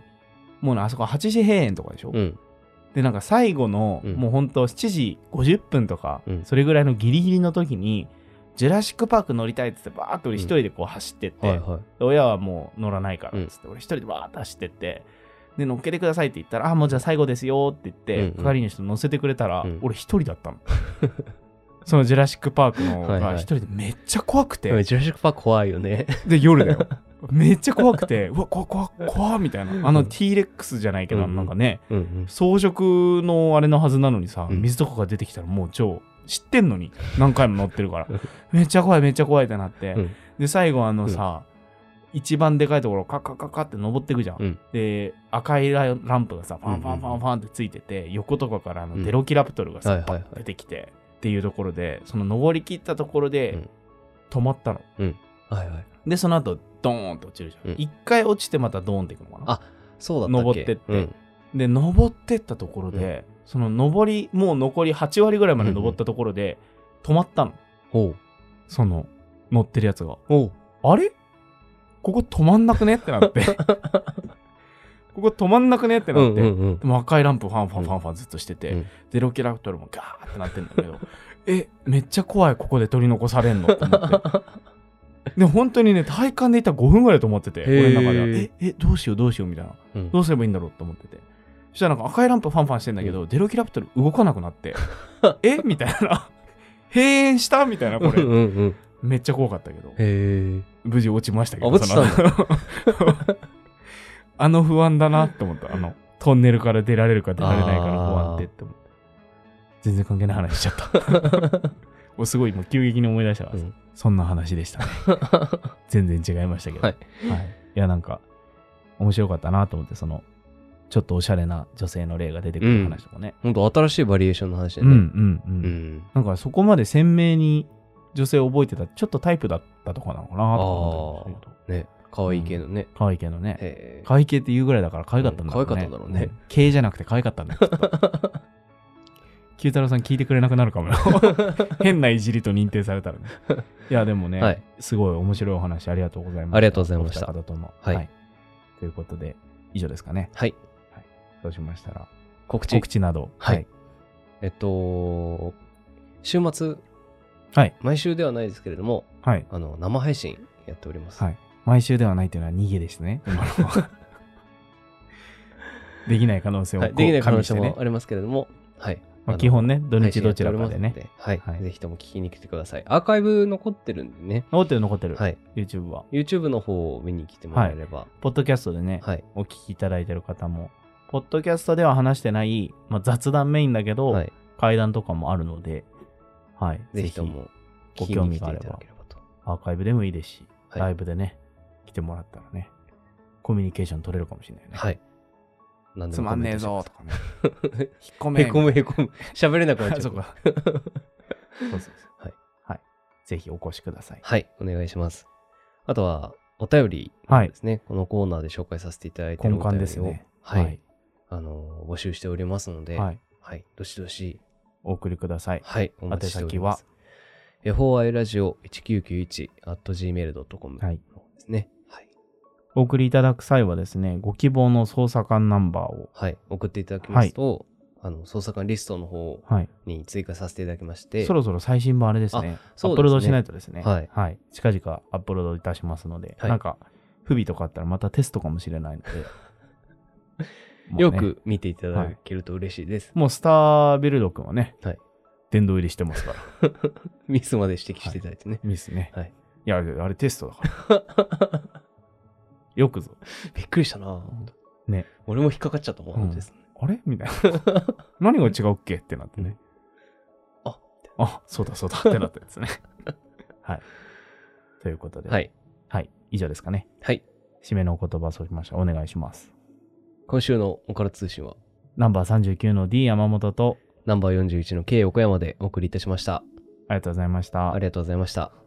Speaker 4: もうねあそこ8時閉園とかでしょ、
Speaker 3: うん。
Speaker 4: でなんか最後の、
Speaker 3: うん
Speaker 4: もうほんと7時50分とか、
Speaker 3: うん
Speaker 4: それぐらいのギリギリの時にジュラシック・パーク乗りたいっつってバーっと俺一人でこう走ってって、
Speaker 3: はいはい。
Speaker 4: で親はもう乗らないからっつって、俺一人でバーッと走ってってで乗っけてくださいって言ったら「あもうじゃあ最後ですよ」って言って、
Speaker 3: うんうん
Speaker 4: 係の人乗せてくれたら、
Speaker 3: うん
Speaker 4: 俺一人だったの そのジュラシック・パークの
Speaker 3: はいは
Speaker 4: が
Speaker 3: い
Speaker 4: 一人でめっちゃ怖くて、
Speaker 3: でもジュラシック・パーク怖いよね。
Speaker 4: で夜だよめっちゃ怖くてうわ怖っ怖っ怖っみたいなあ
Speaker 3: う
Speaker 4: の
Speaker 3: ん
Speaker 4: T-REX じゃないけど、
Speaker 3: うんうん
Speaker 4: なんかね
Speaker 3: うんうん。
Speaker 4: 装飾のあれのはずなのにさ、
Speaker 3: うん
Speaker 4: 水とかが出てきたらもう超知ってんのに何回も乗ってるから めっちゃ怖いめっちゃ怖いってなって、
Speaker 3: うん
Speaker 4: で最後あのさ、一番でかいところカッカッカッカッって登ってくじゃん、
Speaker 3: うん
Speaker 4: で赤いラランプがさファンファンファンファンってついてて、横とかからあ
Speaker 3: う
Speaker 4: の
Speaker 3: ん
Speaker 4: デロキラプトルがさ、
Speaker 3: はいはいはい
Speaker 4: バッて出てきてっていうところでその登り切ったところ
Speaker 3: う
Speaker 4: で
Speaker 3: ん
Speaker 4: 止まったの、
Speaker 3: はいはい。
Speaker 4: でその後ドーンって落ちるじゃん、
Speaker 3: うん
Speaker 4: 一回落ちてまたドーンっていくのかな
Speaker 3: あそうだったっけ
Speaker 4: 登ってって
Speaker 3: うん
Speaker 4: で登ってったところで、その登りもう残り8割ぐらいまで登ったところで、止まったの
Speaker 3: ほ
Speaker 4: その乗ってるやつが
Speaker 3: う。ほ
Speaker 4: あれここ止まんなくねってなってここ止まんなくねって
Speaker 3: う。
Speaker 4: なって、
Speaker 3: うんうんうん
Speaker 4: でも赤いランプファンファンファンファンずっとしてて、
Speaker 3: うん
Speaker 4: ゼロキャラクターもガーってなってんだけどえめっちゃ怖いここで取り残されんのって思ってで本当にね体感でいたら5分ぐらい止まってて
Speaker 3: へ
Speaker 4: 俺
Speaker 3: ー
Speaker 4: の中ではええどうしようどうしようみたいな
Speaker 3: うん
Speaker 4: どうすればいいんだろうと思っててそしたらなんか赤いランプファンファンしてんだけど、デロキラプトル動かなくなって えみたいな閉園したみたいなこ
Speaker 3: うん
Speaker 4: れ
Speaker 3: うんうん。
Speaker 4: めっちゃ怖かったけど
Speaker 3: へえ。
Speaker 4: 無事落ちましたけ
Speaker 3: あ
Speaker 4: ど
Speaker 3: 落ちたんだ
Speaker 4: そのあの不安だなって思ったあのトンネルから出られるか出られないかの不安ってって思って全然関係ない話しちゃった もうすごいもう急激に思い出したからさ、
Speaker 3: うん
Speaker 4: そんな話でした ね全然違いましたけど
Speaker 3: はい。
Speaker 4: はい、いやなんか面白かったなと思ってそのちょっとおしゃれな女性の例が出てくる話とかね、
Speaker 3: ほんと新しいバリエーションの話だ
Speaker 4: うん、う
Speaker 3: ね。
Speaker 4: んうん
Speaker 3: うん。
Speaker 4: なんかそこまで鮮明に女性を覚えてたちょっとタイプだったとかなのかなとか思ったりもするけ
Speaker 3: ね。可愛いけどね。
Speaker 4: ど可愛いけどね
Speaker 3: へえ。
Speaker 4: 可愛い系って言うぐらいだから可愛かったんだろ
Speaker 3: う
Speaker 4: うね、
Speaker 3: ん可愛かったんだろうね
Speaker 4: 系じゃなくて可愛かったんだよき っと九太郎さん聞いてくれなくなるか もよ変ないじりと認定されたらねいやでもね、
Speaker 3: はい。
Speaker 4: すごい面白いお話ありがとうございました。
Speaker 3: ありがとうございました
Speaker 4: お二方とも。
Speaker 3: はい
Speaker 4: ということで、以上ですかね。
Speaker 3: はい。
Speaker 4: そうしましたら、
Speaker 3: 告知
Speaker 4: 告。知など。
Speaker 3: はい。えっと、週末、
Speaker 4: はい。
Speaker 3: 毎週ではないですけれども、
Speaker 4: はい。
Speaker 3: あの、生配信やっております。
Speaker 4: はい。毎週ではないというのは逃げです ね。今のできない可能性を
Speaker 3: は
Speaker 4: こ
Speaker 3: い。
Speaker 4: う
Speaker 3: できない可
Speaker 4: 加
Speaker 3: 能
Speaker 4: 味し
Speaker 3: 性
Speaker 4: てね
Speaker 3: も。ありますけれども、はい。
Speaker 4: ま
Speaker 3: あの
Speaker 4: あ、基本ね、土
Speaker 3: 配
Speaker 4: 日
Speaker 3: 信
Speaker 4: どちらかで
Speaker 3: やってお
Speaker 4: ね。
Speaker 3: りますので。
Speaker 4: は
Speaker 3: はいい。ぜひとも聞きに来てください。アーカイブ残ってるんでね。
Speaker 4: 残ってる残ってる。
Speaker 3: はい。
Speaker 4: YouTube は。
Speaker 3: YouTube の方を見に来てもらえれば。
Speaker 4: ポッドキャストでね、
Speaker 3: はい。
Speaker 4: お聞きいただいてる方も、ポッドキャストでは話してない、まあ、雑談メインだけど、
Speaker 3: はい。
Speaker 4: 会談とかもあるので、はい。
Speaker 3: ぜひとも、
Speaker 4: ご
Speaker 3: ご
Speaker 4: 興
Speaker 3: 興
Speaker 4: 味
Speaker 3: 味が
Speaker 4: があ
Speaker 3: あ
Speaker 4: れ
Speaker 3: れ
Speaker 4: ば
Speaker 3: ばと。
Speaker 4: アーカイブでもいいですし、
Speaker 3: はい
Speaker 4: ライブでね、来てもらったらね、コミュニケーション取れるかもしれないよね。
Speaker 3: はい。何でもコメントしてください
Speaker 4: とかね。 引っ込
Speaker 3: へこむへこむ。 喋れなくなっちゃ
Speaker 4: そう
Speaker 3: う。
Speaker 4: か。そうそうそう。
Speaker 3: はい。
Speaker 4: はい。ぜひお越しください。
Speaker 3: はい、お願いします。あとは、お便り
Speaker 4: はい
Speaker 3: で。すね。このコーナーで紹介させていただいてい
Speaker 4: 根
Speaker 3: るお便りを、
Speaker 4: 幹ですね。
Speaker 3: はい、。あの、募集しておりますので、
Speaker 4: は
Speaker 3: はい、
Speaker 4: い。
Speaker 3: どしどし、
Speaker 4: お送りください。
Speaker 3: はい、お待ちしております
Speaker 4: 宛。
Speaker 3: FOI ラジオ1991 at gmail.com
Speaker 4: はい
Speaker 3: ですね。はい。
Speaker 4: お送りいただく際はですね、ご希望の捜査官ナンバーを、
Speaker 3: はい、送っていただきますと、あの、捜査官リストの方
Speaker 4: はい。
Speaker 3: に追加させていただきまして、
Speaker 4: そろそろ最新版あれですね。
Speaker 3: そう
Speaker 4: ア
Speaker 3: ですね
Speaker 4: ップロードしないとですね。
Speaker 3: はい
Speaker 4: 近々アップロードいたしますので、
Speaker 3: はい
Speaker 4: なんか、不備とかあったらまたテストかもしれ ないので。もうね
Speaker 3: よく見ていただけると嬉しいです。
Speaker 4: もうスタービルド君はね、
Speaker 3: はい
Speaker 4: 殿堂入りしてま すから。
Speaker 3: ミスまで指摘していただいてね。
Speaker 4: ミスね。
Speaker 3: はい。
Speaker 4: いや、あれあれテストだから。 よくぞ。
Speaker 3: びっくりしたな。
Speaker 4: ね。
Speaker 3: 俺も引っかかっちゃったもん、
Speaker 4: うん
Speaker 3: 本当ですね。
Speaker 4: あれみたいな。何が違うっけってなってね。
Speaker 3: あ
Speaker 4: あ、そうだそ うだってなったやつね。はい。ということで、
Speaker 3: はい。
Speaker 4: はい。以上ですかね。
Speaker 3: はい。
Speaker 4: 締めのお言葉を添えました。お願いします。
Speaker 3: 今週のオカルト通信は、
Speaker 4: ナンバー39の D 山本と、
Speaker 3: ナンバー41の K 横山でお送りいたしました。
Speaker 4: ありがとうございました
Speaker 3: あ。りがとうございました。